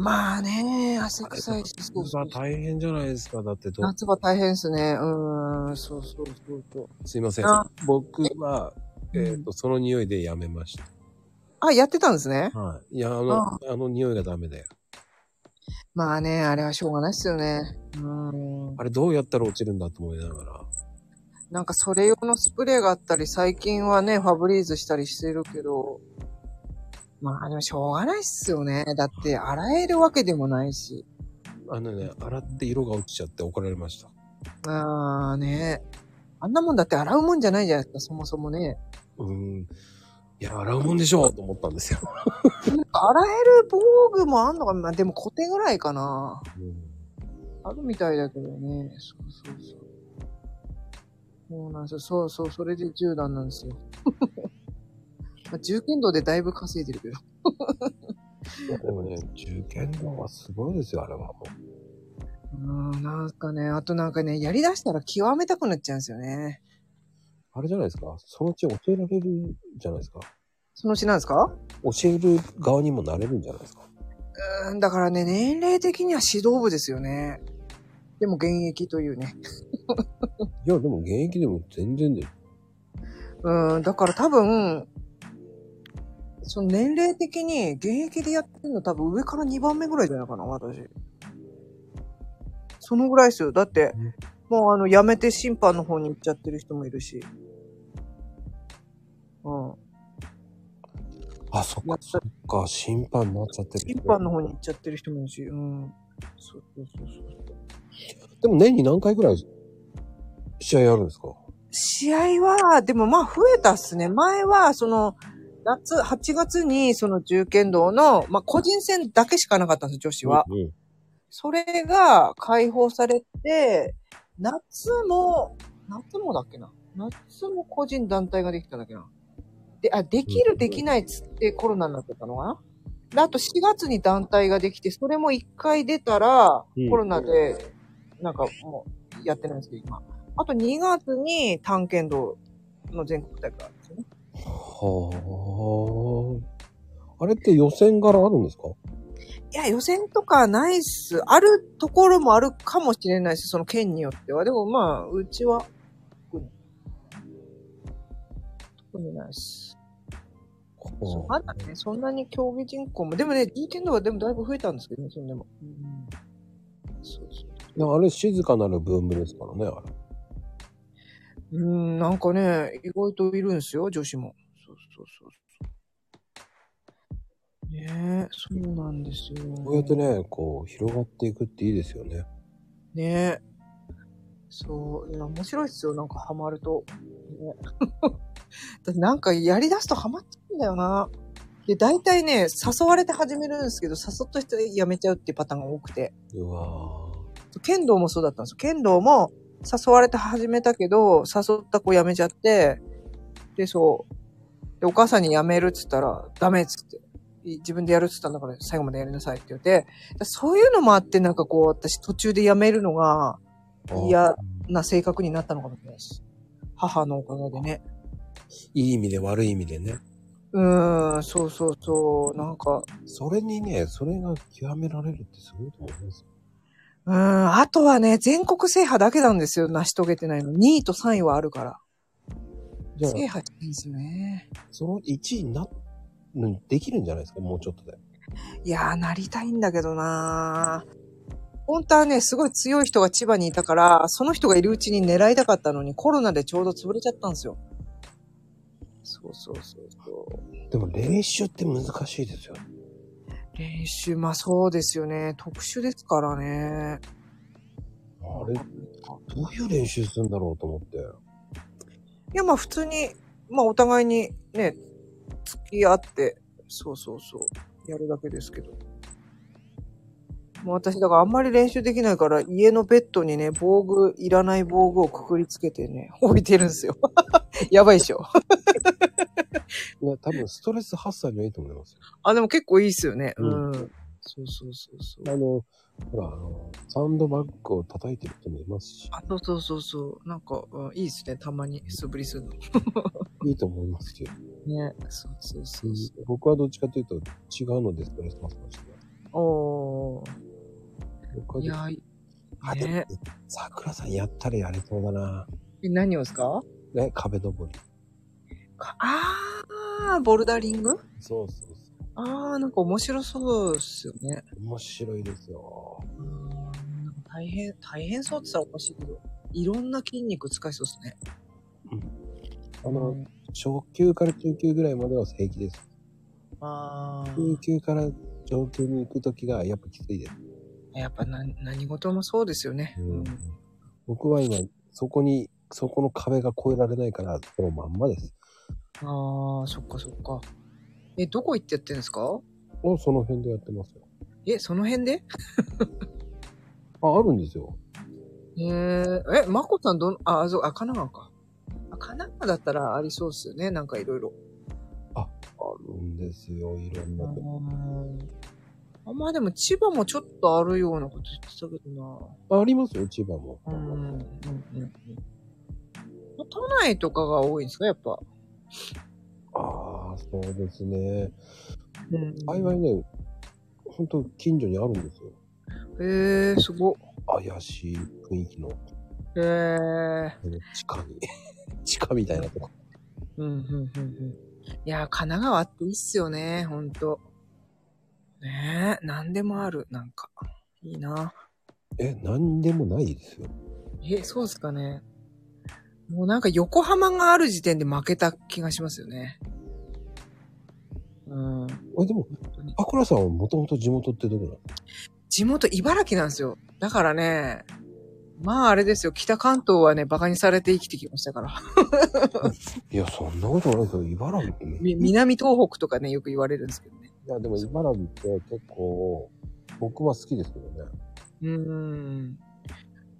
まあね、汗臭いし、そうそうそう。大変じゃないですかだってど、夏場大変ですね。うーん、そうそうそうそう。すいませんあ。僕は、えっ、と、その匂いでやめましあ、やってたんですね。た。はい。いや、あの、ああの匂いがダメで。まあね、あれはしょうがないですよね。うーん。あれどうやったら落ちるんだと思いながら。なんかそれ用のスプレーがあったり、最近はね、ファブリーズしたりしてるけど、まあでもしょうがないっすよね。だって洗えるわけでもないし。あのね、洗って色が落ちちゃって怒られました。あーね。あんなもんだって洗うもんじゃないじゃないですか、そもそもね。うーん。いや、洗うもんでしょうと思ったんですよ。なんか洗える防具もあんのか、まあでもコテぐらいかな。あるみたいだけどね。そうそうそう。そうなんですよ。そうそう、それで10段なんですよ。 まあ、銃剣道でだいぶ稼いでるけど。いやでもね、受験のはすごいですよ、あれはもう。うん、なんかね、あとなんかね、やり出したら極めたくなっちゃうんですよね。あれじゃないですか。そのうち教えられるじゃないですか。そのうちなんですか教える側にもなれるんじゃないですか。うん、だからね、年齢的には指導部ですよね。でも現役というね。いや、でも現役でも全然で。うん、だから多分、その年齢的に現役でやってるの多分上から2番目ぐらいじゃないかな、私。そのぐらいですよ。だってね、もうあの、辞めて審判の方に行っちゃってる人もいるし。うん。あ、そっかやっ、そっか、審判になっちゃってる。審判の方に行っちゃってる人もいるし。うん。そうそうそうそう。でも年に何回ぐらい試合やるんですか試合は、でもまあ増えたっすね。前は、その、夏、8月にその重剣道の、まあ個人戦だけしかなかったんですよ、女子は。うんうんそれが解放されて、夏も、夏もだっけな夏も個人団体ができたんだっけなで、あ、できうるんできないっつってコロナになってたのかなで、あと4月に団体ができて、それも1回出たらうん、コロナで、なんかもうやってないんですけど、今。あと2月に探検道の全国大会あるんですよね。はあ。あれって予選からあるんですかいや、予選とかないっす。あるところもあるかもしれないし、その県によっては。でもまあ、うちは、特に興味ないし。うんまだね、そんなに競技人口も、でもね、順天堂はでもだいぶ増えたんですけどね、それでも。うん、そうそうでもあれ静かなるブームですからね、あれ。うーん、なんかね、意外といるんですよ、女子も。そうそうそうそう。ねえ、そうなんですよ。こうやってね、こう、広がっていくっていいですよね。ねえ。そう、いや、面白いっすよ、なんかハマると。ね、 だってなんかやり出すとハマっちゃうんだよな。で、大体ね、誘われて始めるんですけど、誘った人やめちゃうっていうパターンが多くて。うわ剣道もそうだったんですよ。剣道も誘われて始めたけど、誘った子辞めちゃって、で、そう。で、お母さんに辞めるっつったら、ダメっつって。い自分でやるっつったんだから、最後までやりなさいって言って。だそういうのもあって、なんかこう、私途中で辞めるのがー。嫌な性格になったのかもしれないし。母のおかげでね。いい意味で悪い意味でね。うーん、そうそうそう。なんか、それにね、それが極められるってすごいと思いますよ。うーん、あとはね、全国制覇だけなんですよ。成し遂げてないの。2位と3位はあるから。じゃ制覇してるんですよね。あ、その1位にな、うんできるんじゃないですか、もうちょっとで。いやー、なりたいんだけどなー本当はね、すごい強い人が千葉にいたから、その人がいるうちに狙いたかったのに、コロナでちょうど潰れちゃったんですよ。そうそうそうそう。でも練習って難しいですよ。練習、まあそうですよね。特殊ですからね。あれ、どういう練習するんだろうと思って。いや、まあ普通に、まあお互いにね、付き合って、そうそうそう、やるだけですけど。もう私、だからあんまり練習できないから、家のベッドにね、防具、いらない防具をくくりつけてね、 置いてるんですよ。やばいでしょ。いや、多分ストレス発散にはいいと思いますよ。あ、でも結構いいっすよね。ううんん。そうそうそうそあう。の、ほら、あの、サンドバッグを叩いてる人もいますし、あ、そうそうそうそう。なんか、うん、いいっすね。たまに素振りするの。いいと思いますけど。ね。そうそうそうそ僕はどっちかというと違うのでストレス発散してます。う。おー。僕はいや、いあ、でもね、桜さんやったらやれそうだな。え何をですかね、壁登り。かあー、ボルダリングそうそうそああ、なんか面白そうですよね。う。面白いですよ。うーん、なんか大変、大変そうって言ったらおかしいけど、いろんな筋肉使いそうですね。あの、初級から中級ぐらいまでは平気です。あ中級から上級に行くときがやっぱきついです。あ、やっぱな何事もそうですよね。うん僕は今、そこに、そこの壁が越えられないから、そのまんまです。ああ、そっかそっか。え、どこ行ってやってんですかもうその辺でやってますよ。え、その辺であ、あるんですよ。えー、え、まこさんどの、あ、あそう、あ、神奈川か。あ神奈川だったらありそうですよね。なんかいろいろ。あるんですよ、いろんなとこ。あんまあでも千葉もちょっとあるようなこと言ってたけどな。ありますよ、千葉も。うんうんうんうん都内とかが多いんですかやっぱ。ああ、そうですね。うん幸いね、ほんと近所にあるんですよ。へえー、すごっ。怪しい雰囲気の、へえー。地下に、 地下みたいなとこ。うんうんうんうん。いやー、神奈川っていいっすよね、ほんと。ねえ、なんでもある、なんか。いいな。え、なんでもないですよ。え、そうですかね。もうなんか横浜がある時点で負けた気がしますよね。うん。え、でも、あくらさんはもともと地元ってどこなの地元茨城なんですよ。だからね、まああれですよ、北関東はね、馬鹿にされて生きてきましたから。 いや、そんなことないですよ。茨城ってね。み南東北とかね、よく言われるんですけどね。いや、でも茨城って結構、僕は好きですけどね。うーん。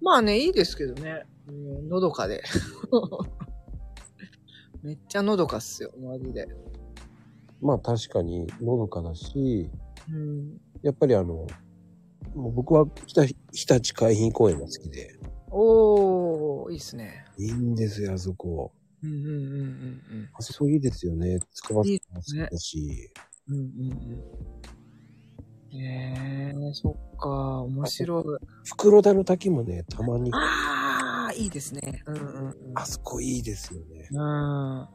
まあね、いいですけどね。うんのどかで。 めっちゃのどかっすよ、マジで。まあ確かに、のどかだし、うん。やっぱりあの、もう僕は北日立海浜公園が好きで。おー、いいっすね。いいんですよ、あそこ。うんうんうんうんあそこいいですよね。使わせても好きだし。うん。うんうんうん。えー、そっか、面白い。袋田の滝もね、たまに、ああ、いいですね。うんうんうん。あそこいいですよね。うん。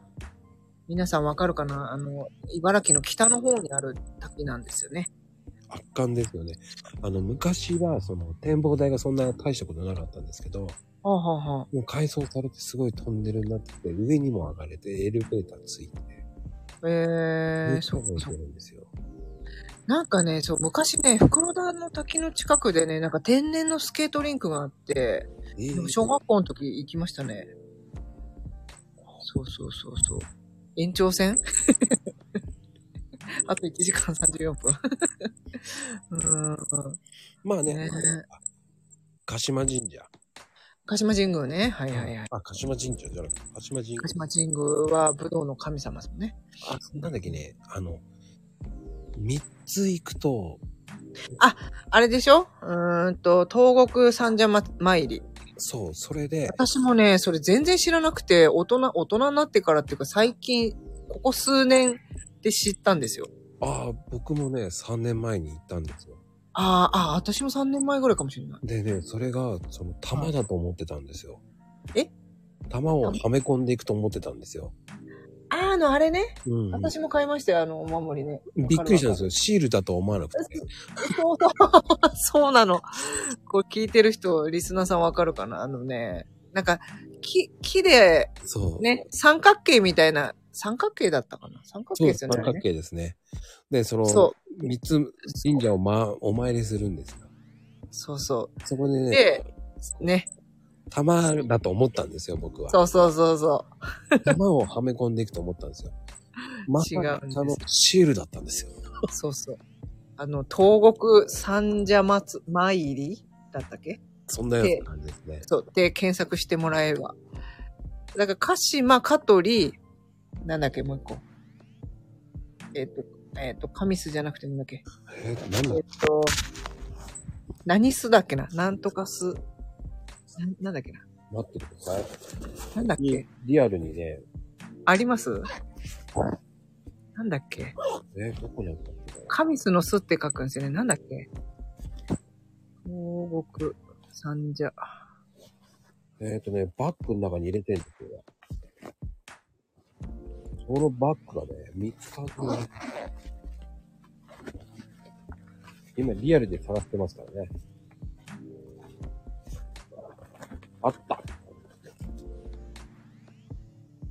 皆さんわかるかなあの、茨城の北の方にある滝なんですよね。圧巻ですよね。あの、昔は、その、展望台がそんな大したことなかったんですけど、はあ、はあはあ、もう改装されてすごいトンネルになってて、上にも上がれて、エレベーターついて、え上ー、そにもう行そけう。るんですよ。なんかね、そう、昔ね、袋田の滝の近くでね、なんか天然のスケートリンクがあって、えーでも小学校の時行きましたね。そうそうそうそう。延長戦 あと1時間34分。 うーん。まあね、ね鹿島神社。鹿島神宮ね。はいはいはい。あ、鹿島神社じゃなくて、鹿島神鹿島神宮は武道の神様ですもんね。あ、なんだっけね、あの、三つ行くと、あれでしょうーんと、東国三社ま参り。そう、それで、私もね、それ全然知らなくて、大人、大人になってからっていうか最近、ここ数年で知ったんですよ。ああ、僕もね、3年前に行ったんですよ。あーあー、私も3年前ぐらいかもしれない。でね、それが、その、玉だと思ってたんですよ。え玉をはめ込んでいくと思ってたんですよ。あーあの、あれね。うん。私も買いましたよ、あの、お守りね。びっくりしたんですよ。シールだと思わなくて。そう そうなの。こう聞いてる人、リスナーさんわかるかなあのね、なんか、木、木で、そう。ね、三角形みたいな、三角形だったかな三角形そう、ですよ三ね。あ角れね形ですね。で、そのそ、三つ神社をま、お参りするんですよ。そうそそこでう。ね、で、ね、玉だと思ったんですよ、僕は。そうそうそうそ玉をはめ込んでいくと思ったんですよ。まさ違かうんですあのシールだったんですよ。う。そうそう。あの、東国三社松参りだったっけそんなような感じですね。そう。で、検索してもらえれば。だから、鹿島、香取、なんだっけ、もう一個。えっ、と、えっ、と、神栖じゃなくてなんだっけ。えー、なんえっ、だと、何栖だっけななんとか栖。ななんだっけな待ってください。なんだっけリアルにね、ありますなんだっけえーどこにあったっけな神栖の巣って書くんですよね。なんだっけ東国三社。えっ、とね、バッグの中に入れてんですよ。そのバッグがね、見つかんない。今、リアルで探してますからね。あった。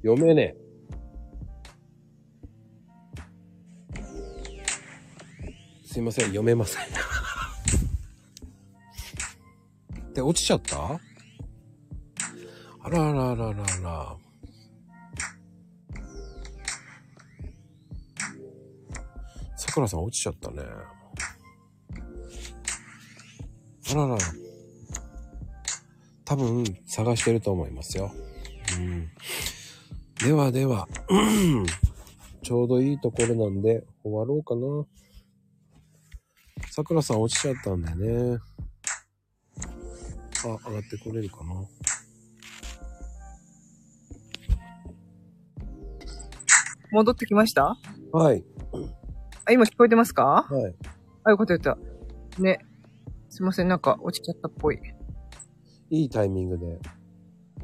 読めねえ。すいません、読めません。 で、落ちちゃったあらあらあらあらあら。さくらさん落ちちゃったね。あらら。多分探してると思いますよ。うん。ではでは、うんちょうどいいところなんで終わろうかな。さくらさん落ちちゃったんだよね。あ、上がってこれるかな。戻ってきましたはい。あ、今聞こえてますかはい。あ、よかったよかった。ね。すいません、なんか落ちちゃったっぽい。いいタイミングで。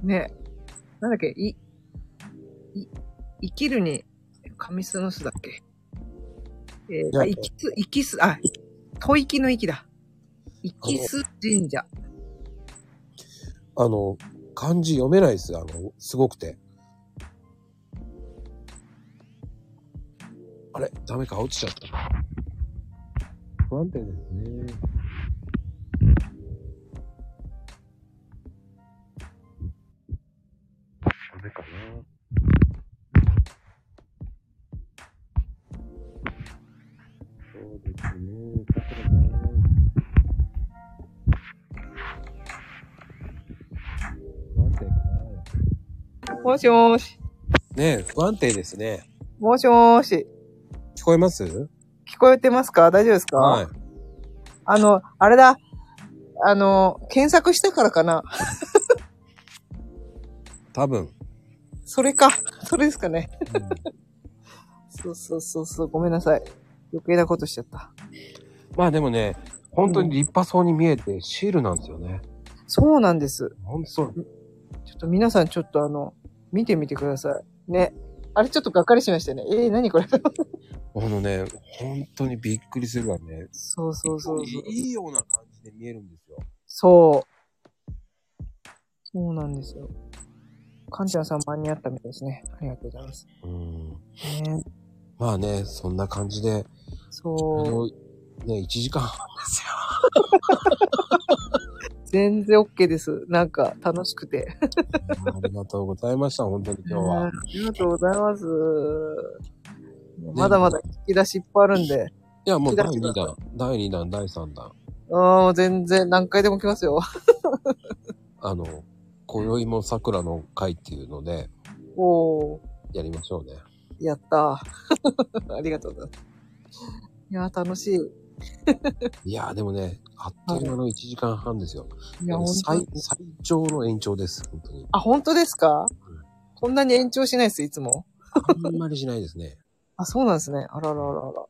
ね。なんだっけ、い、い、生きるに、神栖の巣だっけえー、あ、生きす、生きす、あ、吐息の息だ。生きす神社。あの、漢字読めないです。あの、すごくて。あれダメか落ちちゃった。不安定ですね。ダメかな。そうですね。だからね。不安定かな。もしもーし。ねえ、不安定ですね。もしもーし。聞こえます聞こえてますか大丈夫ですか、はい。あの、あれだ。あの、検索したからかな。多分。それか。それですかね。そうそうそうそう。ごめんなさい。余計なことしちゃった。まあでもね、本当に立派そうに見えて、シールなんですよね。そうなんです。本当ちょっと皆さんちょっとあの、見てみてください。ね。あれちょっとがっかりしましたね。えー、何これ。あのね、本当にびっくりするわね。そうそうそうそう。いいような感じで見えるんですよ。そう。そうなんですよ。かんちゃんさん間に合ったみたいですね。ありがとうございます。うん。ね、まあね、そんな感じで、あそう。の、ね、1時間 半ですよ。全然 OK です。なんか楽しくて。ありがとうございました、本当に今日うんはあ。りがとうございます。まだまだ引き出しいっぱいあるんで。いや、もう第2弾、第2弾、第3弾。うん、全然何回でも来ますよ。あの、今宵も桜の会っていうので、おー。やりましょうね。やった ー。ありがとうございます。いやー、楽しい。いやー、でもね、あっという間の1時間半ですよ。いや、もう本当最に最長の延長です、本当に。あ、本当ですかこんなに延長しないです、いつも。あんまりしないですね。 あ、そうなんですね。あららららら。も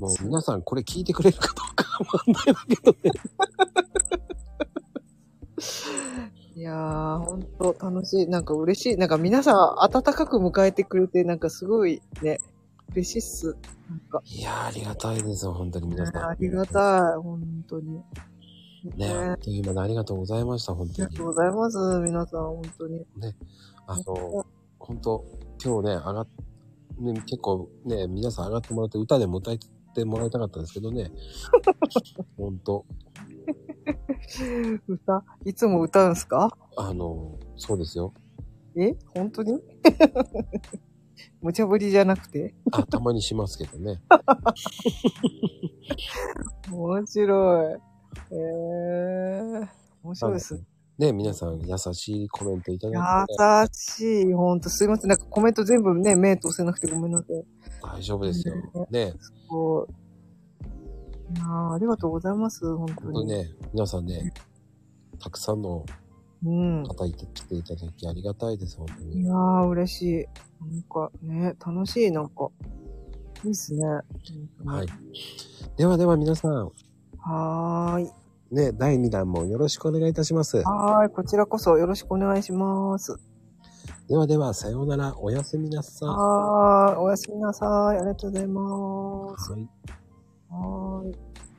う皆さんこれ聞いてくれるかどうかわかんないだけどね。いやー、本当楽しい。なんか嬉しい。なんか皆さん温かく迎えてくれて、なんかすごいね、嬉しいっす。なんか、 いやー、ありがたいですよ、本当に皆さん。ありがたい。本当に。ね、あっという間でありがとうございました、本あり当がにとう。ございます。皆さん、本当に。あの、本当今日ね、上がっ、ね、結構ね、皆さん上がってもらって歌でも歌ってもらいたかったんですけど ね。本当歌、いつも歌うんすかあの、そうですよ。え本当に 無茶ぶりじゃなくてあ、たまにしますけどね。面白い。えー、面白いです。ね、皆さん優しいコメントいた優だいてね、しい。ほんと、すいません。なんかコメント全部ね、目通せなくてごめんなさい。大丈夫ですよ。ね、こう。いやーありがとうございます。本当本当にに。ね、皆さんね、たくさんのうん。方いて来ていただきありがたいです、本当いに。やー、嬉しい。なんかね、楽しい、なんか。いいっすね。はい。。ではでは皆さん、はーい。ね、第2弾もよろしくお願いいたします。はーい。こちらこそよろしくお願いします。ではでは、さようなら、おやすみなさい。はーい。おやすみなさい。ありがとうございます。はいはーい。